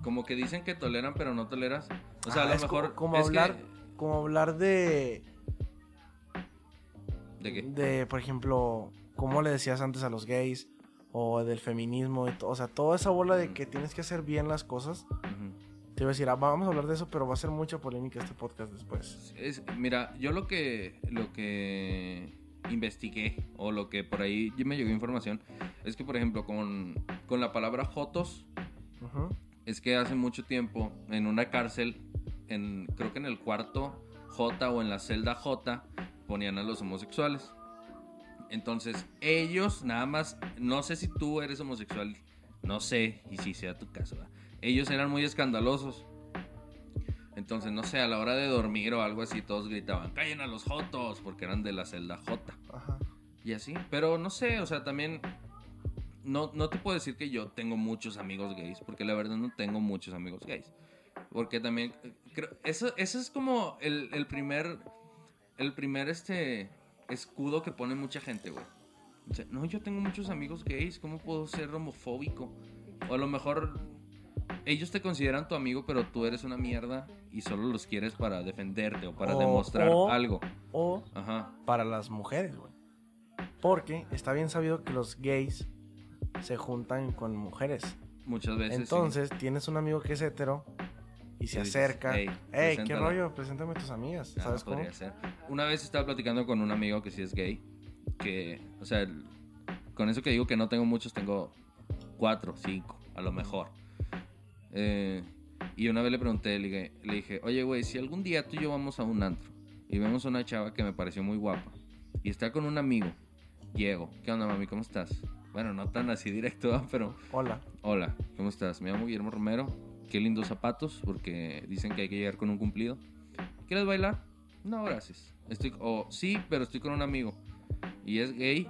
Como que dicen que toleran, pero no toleras. O sea,
Ah,
a lo
es como-
mejor...
como
es que-
hablar- como hablar de...
¿De qué?
De, por ejemplo, cómo le decías antes a los gays o del feminismo. y to- o sea, toda esa bola
Mm.
de que tienes que hacer bien las cosas.
Ujú.
Te iba a decir, ah, vamos a hablar de eso, pero va a ser mucha polémica este podcast después.
Es- mira, yo lo que, lo que investigué o lo que por ahí me llegó información es que, por ejemplo, con, con la palabra jotos
Ujú.
es que hace mucho tiempo en una cárcel, en, creo que en el cuarto J o en la celda J, ponían a los homosexuales. Entonces, ellos nada más, no sé si tú eres homosexual, no sé, y si sea tu caso, ¿verdad? ellos eran muy escandalosos. Entonces, no sé, a la hora de dormir o algo así, todos gritaban, callen a los Jotos, porque eran de la celda J.
Ajá.
Y así, pero no sé, o sea, también no, no te puedo decir que yo tengo muchos amigos gays, porque la verdad no tengo muchos amigos gays. Porque también, eh, creo, eso, eso es como el, el primer, el primer este escudo que pone mucha gente, güey. O sea, no, yo tengo muchos amigos gays, ¿cómo puedo ser homofóbico? O a lo mejor ellos te consideran tu amigo, pero tú eres una mierda y solo los quieres para defenderte o para
O-
demostrar
o-
algo.
O
Ajá.
para las mujeres, güey. Porque está bien sabido que los gays se juntan con mujeres.
Muchas veces. sí.
Entonces, tienes un amigo que es hetero y
Y
se
dices,
acerca.
"Ey,
Ey, ¿qué
preséntala".
rollo? Preséntame a tus amigas.
Ah,
¿Sabes cómo?
podría ser. Una vez estaba platicando con un amigo que sí es gay, que, o sea, el- con eso que digo que no tengo muchos, tengo cuatro, cinco, a lo mejor. Eh, y una vez le pregunté, le dije, le dije, oye, güey, si algún día tú y yo vamos a un antro y vemos a una chava que me pareció muy guapa y está con un amigo, Diego, ¿qué onda, mami? ¿Cómo estás? Bueno, no tan así directo, ¿va? pero
Hola.
Hola, ¿cómo estás? Me llamo Guillermo Romero. Qué lindos zapatos, porque dicen que hay que llegar con un cumplido. ¿Quieres bailar? No, gracias. Estoy, o sí, pero estoy con un amigo. Y es gay.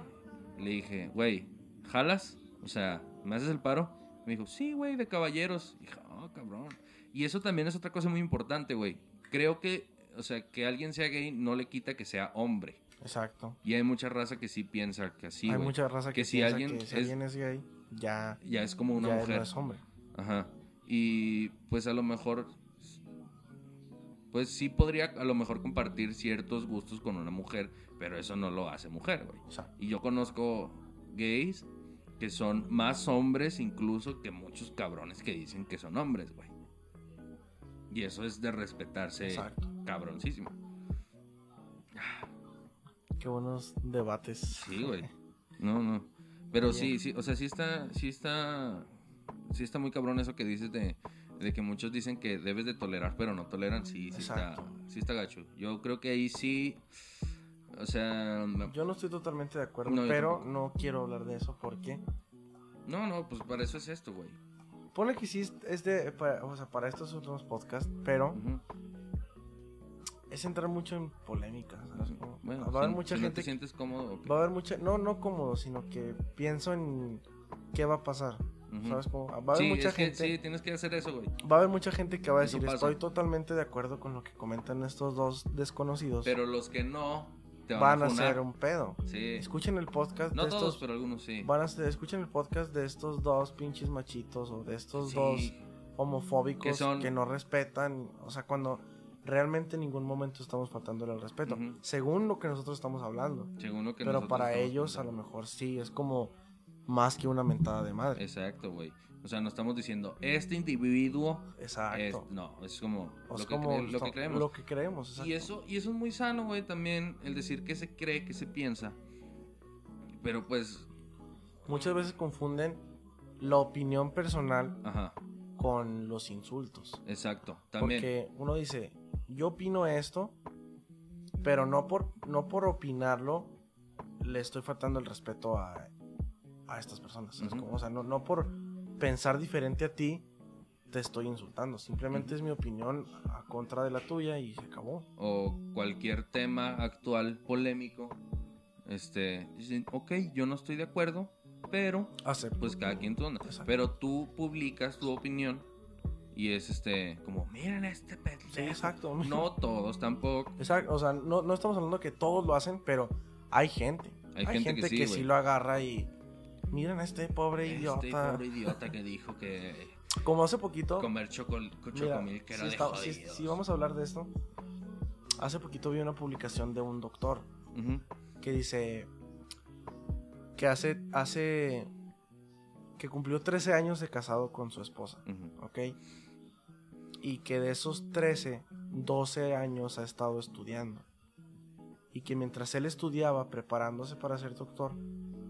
Le dije, güey, ¿jalas? O sea, ¿me haces el paro? Me dijo, sí, güey, de caballeros. Dije, oh, cabrón. Y eso también es otra cosa muy importante, güey. Creo que, o sea, que alguien sea gay no le quita que sea hombre.
Exacto.
Y hay mucha raza que sí piensa que así,
Hay
güey.
mucha raza que,
Que si
piensa
alguien
que si
es-
alguien es gay, ya,
Ya es como una
ya
mujer.
no es hombre.
Ajá. Y pues a lo mejor. Pues sí podría a lo mejor compartir ciertos gustos con una mujer, pero eso no lo hace mujer, güey.
O sea,
Y yo conozco gays que son más hombres incluso que muchos cabrones que dicen que son hombres, güey. Y eso es de respetarse
Exacto.
cabroncísimo.
Qué buenos debates.
Sí, güey. No, no. Pero
Bien.
sí, sí, o sea, sí está, sí está, sí está muy cabrón eso que dices de, de que muchos dicen que debes de tolerar, pero no toleran. Sí, sí está,
Exacto.
sí está gacho. Yo creo que ahí sí, o sea, me-
Yo no estoy totalmente de acuerdo,
No, yo
pero
tampoco.
no quiero hablar de eso porque...
no, no, pues para eso es esto, güey.
Ponle que sí, es- es de, para, o sea, para estos últimos podcasts, pero
Ujú.
es entrar mucho en polémica, ¿sabes? Como-
Bueno,
va a haber
si-
mucha
si no
gente
te sientes cómodo, ok.
Va a haber mucha, no, no cómodo, sino que pienso en qué va a pasar.
Ujú.
¿Sabes cómo? Va a haber
sí,
mucha
es que
gente.
sí, tienes que hacer eso, güey.
Va a haber mucha gente que va a
Eso
decir,
pasa.
estoy totalmente de acuerdo con lo que comentan estos dos desconocidos.
Pero los que no te
van
van,
a
funar.
ser un pedo.
Sí.
Escuchen el podcast
No
de
todos,
estos.
pero algunos sí.
Van a ser- escuchen el podcast de estos dos pinches machitos o de estos
Sí.
dos homofóbicos
Que
que,
son-
no respetan. O sea, cuando realmente en ningún momento estamos faltándole al respeto.
Ujú.
Según lo que nosotros estamos hablando.
Según lo que
Pero
nosotros
para
estamos
ellos a
pensando.
lo mejor sí, es como más que una mentada de madre.
Exacto, güey. O sea, no estamos diciendo, este individuo es...
Exacto.
No, es como
O
lo,
sea,
que
como
cre- lo que
esto-
creemos.
Lo que creemos, exacto.
Y, eso, y eso es muy sano, güey, también, el decir que se cree, que se piensa. Pero pues,
Muchas veces confunden la opinión personal
ajá,
con los insultos.
exacto, también.
Porque uno dice, yo opino esto, pero no por, no por opinarlo le estoy faltando el respeto a, a estas personas. ¿sabes
Ujú.
cómo? O sea, no, no por pensar diferente a ti te estoy insultando. Simplemente
Ujú.
es mi opinión a contra de la tuya y se acabó.
O cualquier tema actual polémico. Este, dicen, ok, yo no estoy de acuerdo, pero
Acepto.
pues cada quien tu onda.
Exacto.
Pero tú publicas tu opinión y es este, como, miren este pendejo.
Sí, exacto.
No todos tampoco.
Exacto, o sea, no, no estamos hablando que todos lo hacen, pero hay gente.
Hay gente que sí,
que
güey.
sí lo agarra y. Miren a este pobre
Este
idiota.
pobre idiota que dijo que
Como hace poquito.
comer chocol con
mira,
chocomil que era
si,
de
está- si-
jodidos.
si vamos a hablar de esto. Hace poquito vi una publicación de un doctor
Ujú,
que dice. Que hace. hace que cumplió 13 años de casado con su esposa.
ujú.
¿ok? Y que de esos 13, 12 años ha estado estudiando. Y que mientras él estudiaba preparándose para ser doctor,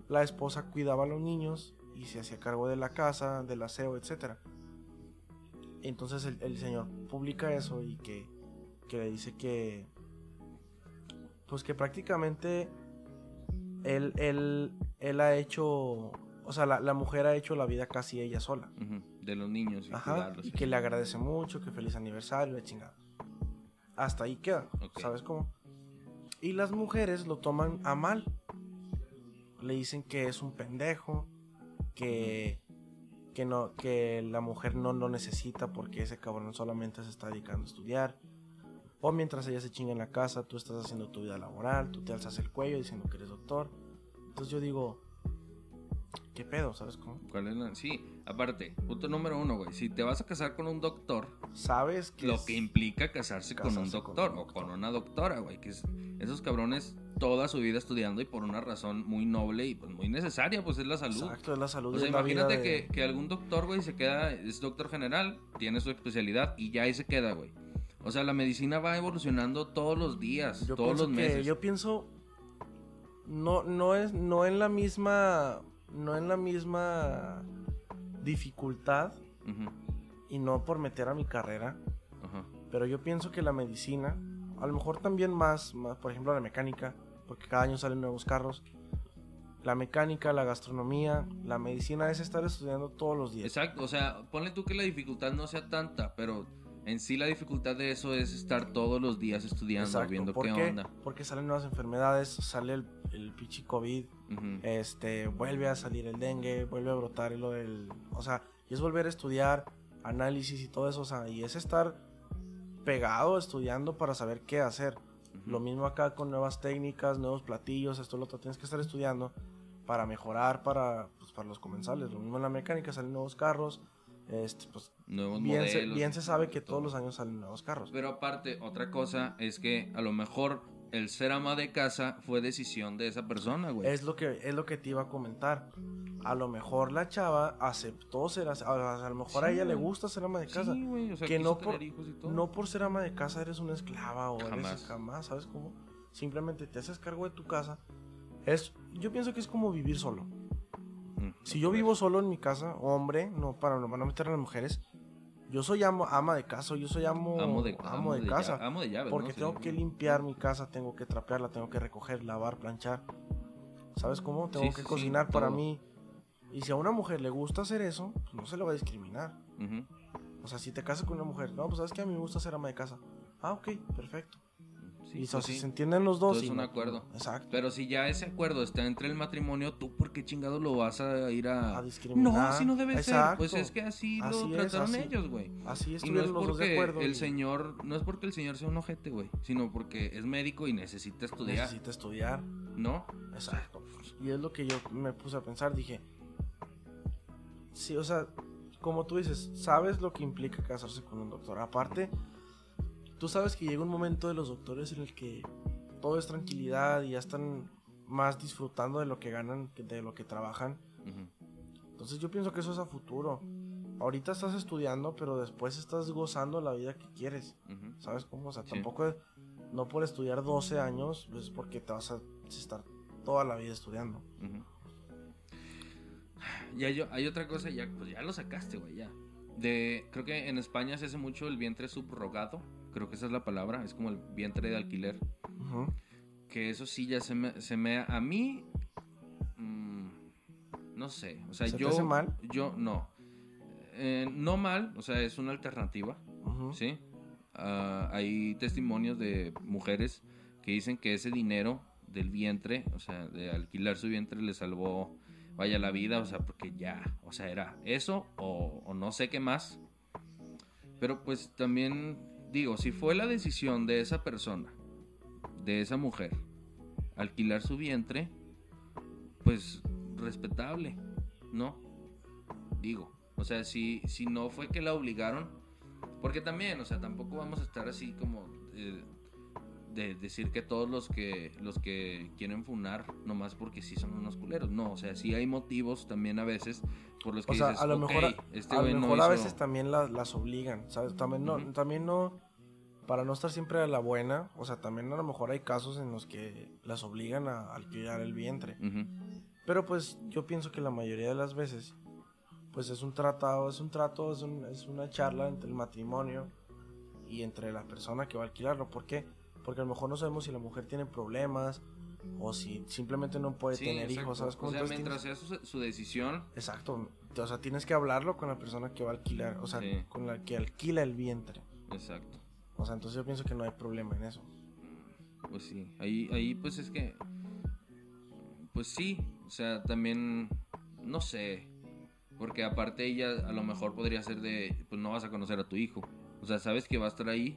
la esposa cuidaba a los niños y se hacía cargo de la casa, del aseo, etc. Entonces el, el señor publica eso y que, que le dice que. Pues que prácticamente él, él, él ha hecho. O sea, la, la mujer ha hecho la vida casi ella sola.
Ujú, De los niños y
Ajá.
cuidarlos. ¿eh?
Y que le agradece mucho, que feliz aniversario, la chingada. Hasta ahí queda,
Ok.
¿sabes cómo? Y las mujeres lo toman a mal. Le dicen que es un pendejo, que, que, no, que la mujer no lo necesita porque ese cabrón solamente se está dedicando a estudiar. O mientras ella se chinga en la casa, tú estás haciendo tu vida laboral, tú te alzas el cuello diciendo que eres doctor. Entonces yo digo, ¿qué pedo? ¿Sabes cómo?
¿Cuál es la- Sí, aparte, punto número uno, güey. Si te vas a casar con un doctor,
¿Sabes que
lo
es-
que implica casarse, con un
Casarse con
doctor
un
o
doctor.
con una doctora, güey. Que es- esos cabrones toda su vida estudiando y por una razón muy noble y pues, muy necesaria, pues es la salud.
Exacto, es la salud.
O sea,
es la Pues vida
imagínate
de-
que, que algún doctor, güey, se queda, es doctor general, tiene su especialidad y ya ahí se queda, güey. O sea, la medicina va evolucionando todos los días,
yo
todos
pienso
los
que-
meses.
yo pienso no no es no en la misma no en la misma dificultad
Ujú,
y no por meter a mi carrera,
ajá.
pero yo pienso que la medicina, a lo mejor también más, más por ejemplo la mecánica, porque cada año salen nuevos carros. La mecánica, la gastronomía, la medicina es estar estudiando todos los días.
Exacto, o sea, ponle tú que la dificultad no sea tanta, pero en sí la dificultad de eso es estar todos los días estudiando,
Exacto,
viendo
¿por
qué,
qué?
onda.
Porque salen nuevas enfermedades, sale el, el pinche COVID,
Ujú.
este, vuelve a salir el dengue, vuelve a brotar lo del, o sea, y es volver a estudiar análisis y todo eso, o sea, y es estar pegado estudiando para saber qué hacer.
Ujú.
Lo mismo acá con nuevas técnicas, nuevos platillos, esto lo otro, tienes que estar estudiando para mejorar para, pues, para los comensales. Lo mismo en la mecánica, salen nuevos carros, este, pues
Nuevos
bien, se,
modelos.
bien se sabe que
todo.
todos los años salen nuevos carros.
Pero aparte, otra cosa es que a lo mejor el ser ama de casa fue decisión de esa persona, güey.
Es lo que es lo que te iba a comentar. A lo mejor la chava aceptó ser, as- a, a lo mejor a
Sí,
ella le
güey.
gusta ser ama de
Sí,
casa.
güey, o sea,
que
quiso
no por-
tener hijos y todo.
no por ser ama de casa eres una esclava o
Jamás.
eres jamás, ¿sabes cómo? Simplemente te haces cargo de tu casa. Es, yo pienso que es como vivir solo.
Mm,
Si yo
otra
vivo
vez.
solo en mi casa, hombre, no para no, para no meter a las mujeres, yo soy amo, ama de casa, yo soy amo,
amo de,
amo de
lla-
casa.
amo de llaves,
Porque
¿no? Sí.
tengo que limpiar mi casa, tengo que trapearla, tengo que recoger, lavar, planchar. ¿Sabes cómo? Tengo
Sí, sí,
que
sí,
cocinar para
todo.
mí. Y si a una mujer le gusta hacer eso, pues no se le va a discriminar.
Ujú.
O sea, si te casas con una mujer, no, pues sabes que a mí me gusta ser ama de casa. Ah, ok, perfecto.
Sí,
y
pues
o sea,
sí.
se entienden los dos.
Todo
y
es un
no-
acuerdo.
Exacto.
Pero si ya ese acuerdo está entre el matrimonio, ¿tú por qué chingado lo vas a ir a...?
A discriminar.
No, así no debe ser.
Exacto.
Pues es que así lo
Así es,
trataron
así.
ellos, güey.
Así
Y no es
estuvieron los dos de
porque
acuerdo.
el
y
señor, no es porque el señor sea un ojete, güey, sino porque es médico y necesita estudiar,
Necesita estudiar.
¿no?
Exacto. Y es lo que yo me puse a pensar, dije, sí, o sea, como tú dices, sabes lo que implica casarse con un doctor. Aparte, tú sabes que llega un momento de los doctores en el que todo es tranquilidad y ya están más disfrutando de lo que ganan que de lo que trabajan.
Ujú.
Entonces yo pienso que eso es a futuro. Ahorita estás estudiando, pero después estás gozando la vida que quieres.
Ujú.
¿Sabes cómo? O sea,
Sí.
tampoco es- no por estudiar 12 años, pues porque te vas a estar toda la vida estudiando.
Ujú. Y hay, o- hay otra cosa, ya, pues ya lo sacaste, güey, ya. De, creo que en España se hace mucho el vientre subrogado, creo que esa es la palabra, es como el vientre de alquiler.
Ujú.
Que eso sí ya se me, se me a mí, mm, no sé, o sea,
¿Se te
yo...
hace mal?
Yo, no. Eh, no mal, o sea, es una alternativa,
Ujú.
¿sí? Ah, hay testimonios de mujeres que dicen que ese dinero del vientre, o sea, de alquilar su vientre le salvó, vaya la vida, o sea, porque ya, o sea, era eso o, o no sé qué más. Pero pues también digo, si fue la decisión de esa persona, de esa mujer, alquilar su vientre, pues respetable, ¿no? Digo, o sea, si, si no fue que la obligaron, porque también, o sea, tampoco vamos a estar así como eh, de decir que todos los que los que quieren funar nomás porque sí son unos culeros. No, o sea, sí hay motivos también a veces por los que
O sea,
dices,
a lo
"Ok,
mejor, a,
este
a lo
güey no
mejor a
hizo-
veces también la- las obligan, ¿sabes? También no,
Ujú.
también no, para no estar siempre a la buena, o sea, también a lo mejor hay casos en los que las obligan a alquilar el vientre.
Ujú.
Pero pues yo pienso que la mayoría de las veces, pues es un tratado, es un trato, es, un- es una charla entre el matrimonio y entre la persona que va a alquilarlo. ¿Por qué? Porque a lo mejor no sabemos si la mujer tiene problemas o si simplemente no puede
Sí,
tener
exacto.
hijos, ¿sabes?
O
cómo?
sea,
Entonces
mientras sea su, su decisión,
tienes- Exacto. O sea, tienes que hablarlo con la persona que va a alquilar, o sea,
Sí.
con la que alquila el vientre.
exacto.
O sea, entonces yo pienso que no hay problema en eso.
Pues sí, ahí, ahí pues es que... Pues sí, o sea, también... No sé, porque aparte ella a lo mejor podría ser de... Pues no vas a conocer a tu hijo. O sea, sabes que va a estar ahí.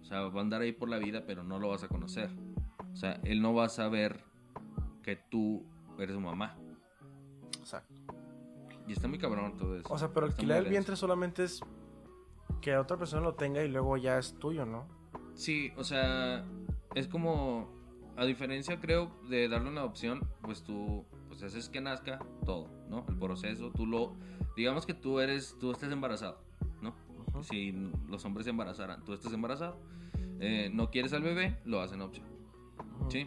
O sea, va a andar ahí por la vida, pero no lo vas a conocer. O sea, él no va a saber que tú eres su mamá.
Exacto.
Y está muy cabrón todo eso.
O sea, pero
Está muy
alquilar el
denso.
vientre solamente es que otra persona lo tenga y luego ya es tuyo, ¿no?
Sí, o sea, es como, a diferencia creo de darle una opción, pues tú, pues haces que nazca todo, ¿no? El proceso, tú lo, digamos que tú eres, tú estás embarazado, ¿no?
Ujú.
Si los hombres se embarazaran, tú estás embarazado, eh, no quieres al bebé, lo hacen opción,
Ujú.
¿sí?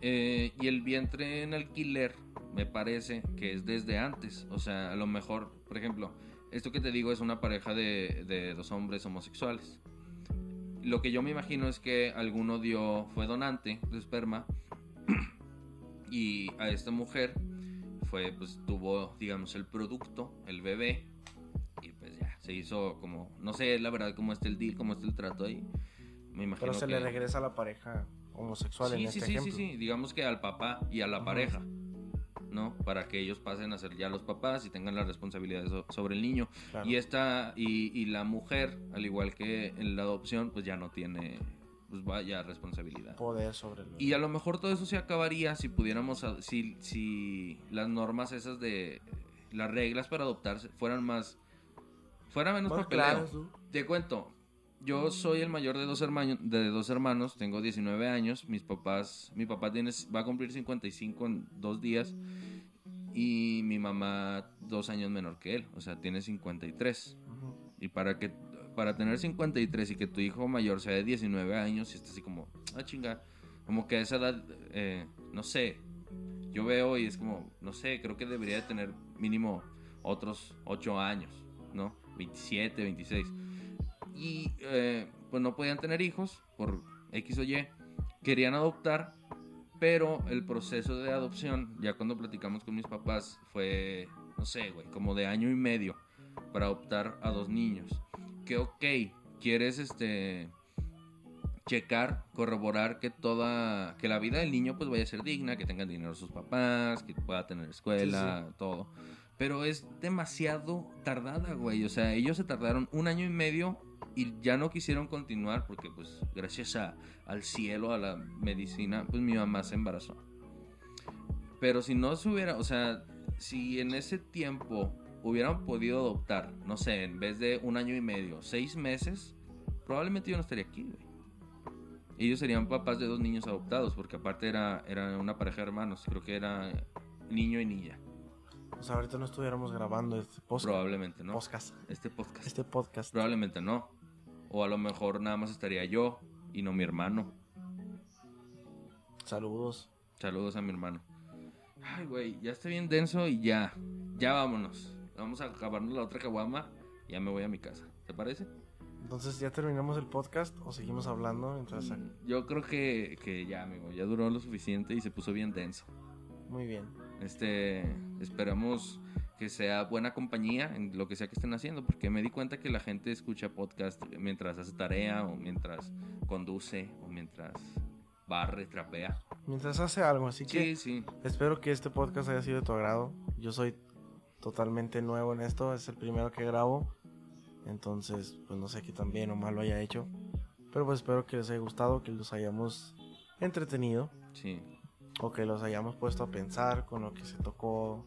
Eh, y el vientre en alquiler, me parece que es desde antes, o sea, a lo mejor, por ejemplo, esto que te digo es una pareja de, de dos hombres homosexuales. Lo que yo me imagino es que alguno dio, fue donante de esperma y a esta mujer fue, pues tuvo, digamos, el producto, el bebé y pues ya, se hizo como, no sé la verdad cómo está el deal, cómo está el trato ahí. Me imagino
Pero se le
que-
regresa a la pareja homosexual
sí,
en
sí,
este
sí,
ejemplo.
sí, sí, digamos que al papá y a la
Ajá.
pareja, ¿no? Para que ellos pasen a ser ya los papás y tengan la responsabilidad so- sobre el niño.
Claro.
Y esta, y, y la mujer, al igual que en la adopción, pues ya no tiene, pues vaya responsabilidad.
poder sobre el
Y a lo mejor todo eso se acabaría si pudiéramos, a- si, si las normas esas de, las reglas para adoptarse fueran más, fuera menos
Más
papeleo.
claro, tú.
Te cuento, yo soy el mayor de dos hermanos, de dos hermanos, tengo 19 años, mis papás, mi papá tiene, va a cumplir 55 en dos días y mi mamá dos años menor que él, o sea, tiene 53.
Ujú.
Y para que para tener 53 y que tu hijo mayor sea de 19 años, y está así como, ah, chinga, como que a esa edad, eh, no sé, yo veo y es como, no sé, creo que debería de tener mínimo otros 8 años, ¿no? 27, 26. Y eh, pues no podían tener hijos por X o Y, querían adoptar, pero el proceso de adopción, ya cuando platicamos con mis papás, fue, no sé, güey, como de año y medio para adoptar a dos niños. Que ok, quieres este checar, corroborar que toda que la vida del niño pues vaya a ser digna, que tengan dinero sus papás, que pueda tener escuela, todo. Pero es demasiado tardada, güey. O sea, ellos se tardaron un año y medio y ya no quisieron continuar porque pues gracias a, al cielo, a la medicina, pues mi mamá se embarazó. Pero si no se hubiera, o sea, si en ese tiempo hubieran podido adoptar, no sé, en vez de un año y medio, seis meses, probablemente yo no estaría aquí, güey. Ellos serían papás de dos niños adoptados, porque aparte era, era una pareja de hermanos, creo que era niño y niña,
O sea, ahorita no estuviéramos grabando este podcast.
probablemente, ¿no?
podcast.
Este podcast.
Este podcast.
Probablemente no. O a lo mejor nada más estaría yo y no mi hermano.
Saludos.
Saludos a mi hermano. Ay, güey, ya está bien denso y ya. Ya vámonos. Vamos a acabarnos la otra caguama. y Ya me voy a mi casa. ¿Te parece?
Entonces, ¿ya terminamos el podcast o seguimos hablando? mientras-
Mm, Yo creo que, que ya, amigo. Ya duró lo suficiente y se puso bien denso.
Muy bien.
Este, esperamos que sea buena compañía en lo que sea que estén haciendo, porque me di cuenta que la gente escucha podcast mientras hace tarea o mientras conduce o mientras barre, trapea.
Mientras hace algo, así que
Sí, sí.
espero que este podcast haya sido de tu agrado. Yo soy totalmente nuevo en esto, es el primero que grabo. Entonces, pues no sé qué tan bien o mal lo haya hecho. Pero pues espero que les haya gustado, que los hayamos entretenido.
Sí,
o que los hayamos puesto a pensar con lo que se tocó,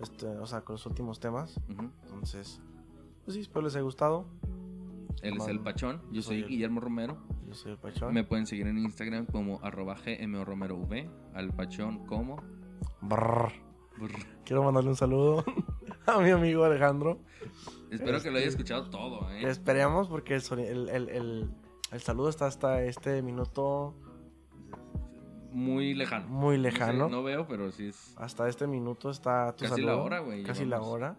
este, o sea, con los últimos temas.
ujú.
Entonces, pues sí, espero les haya gustado.
Él es
Mano,
el Pachón, yo
soy
soy
el-
Guillermo Romero.
Yo soy el Pachón.
Me pueden seguir en Instagram como arroba gmromerov, al Pachón como...
Brrr.
Brr.
Quiero mandarle un saludo a mi amigo Alejandro.
Espero que lo haya
Este-
escuchado todo, ¿eh?
Que esperemos porque el, soni- el, el- el- el saludo está hasta este minuto
Muy lejano.
muy
No sé,
lejano.
No, veo, pero sí es...
Hasta este minuto está tu
Casi
saludo.
la hora, güey,
Casi la
llevamos.
hora.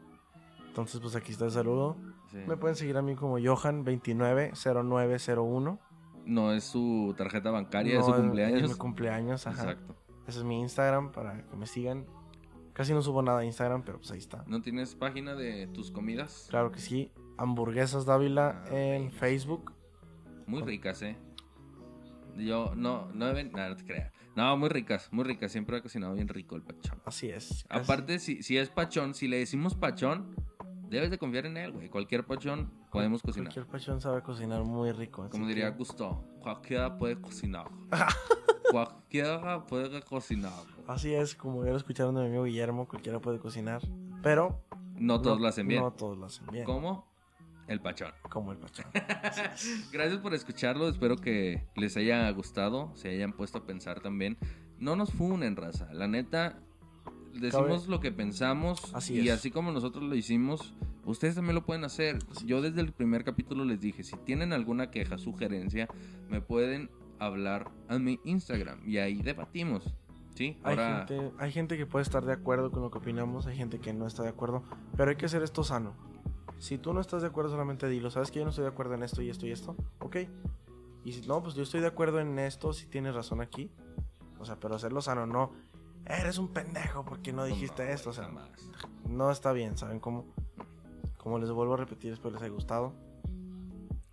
Entonces, pues aquí está el saludo.
Sí.
Me pueden seguir a mí como Johan290901.
No es su tarjeta bancaria,
No,
es su cumpleaños.
Es mi cumpleaños, ajá.
Exacto.
Ese es mi Instagram para que me sigan. Casi no subo nada a Instagram, pero pues ahí está.
¿No tienes página de tus comidas?
Claro que sí. Hamburguesas Dávila
Ah,
en
ricas.
Facebook.
Muy ricas, ¿eh? Yo no, no, he- nah, no te creas. No, muy ricas, muy ricas. Siempre ha cocinado bien rico el pachón.
Así es. casi.
Aparte, si, si es pachón, si le decimos pachón, debes de confiar en él, güey. Cualquier pachón podemos cocinar.
Cualquier pachón sabe cocinar muy rico. así
Como
que-
diría Gusto, cualquiera puede cocinar. cualquiera puede cocinar. güey.
Así es, como ya lo escucharon de mi amigo Guillermo, cualquiera puede cocinar. Pero.
No todos lo hacen bien.
No todos lo hacen bien.
¿Cómo? El pachón.
Como el pachón.
Gracias por escucharlo. Espero que les haya gustado. Se hayan puesto a pensar también. No nos funen, raza. La neta, decimos lo que pensamos.
Así
y
es.
así como nosotros lo hicimos, ustedes también lo pueden hacer. Yo desde el primer capítulo les dije: si tienen alguna queja, sugerencia, me pueden hablar a mi Instagram. Y ahí debatimos. ¿Sí?
Hay,
Ahora,
gente, hay gente que puede estar de acuerdo con lo que opinamos, hay gente que no está de acuerdo, pero hay que hacer esto sano. Si tú no estás de acuerdo, solamente dilo, ¿sabes que yo no estoy de acuerdo en esto y esto y esto? Ok. Y si no, pues yo estoy de acuerdo en esto, si tienes razón aquí. O sea, pero hacerlo sano, no. Eres un pendejo porque no dijiste
no,
esto, o sea,
jamás.
no está bien, ¿saben cómo? Como les vuelvo a repetir, espero les haya gustado.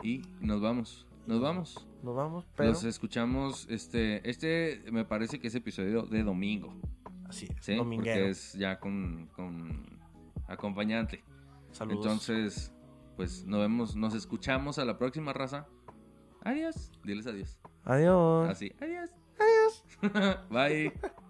Y nos vamos. Nos vamos.
Nos vamos, pero
Nos escuchamos. Este, este me parece que es episodio de domingo.
así es,
Sí,
dominguero.
porque es ya con, con acompañante.
Saludos.
Entonces, pues nos vemos, nos escuchamos a la próxima raza. Adiós. Diles adiós.
Adiós.
Así, adiós. Adiós. Bye.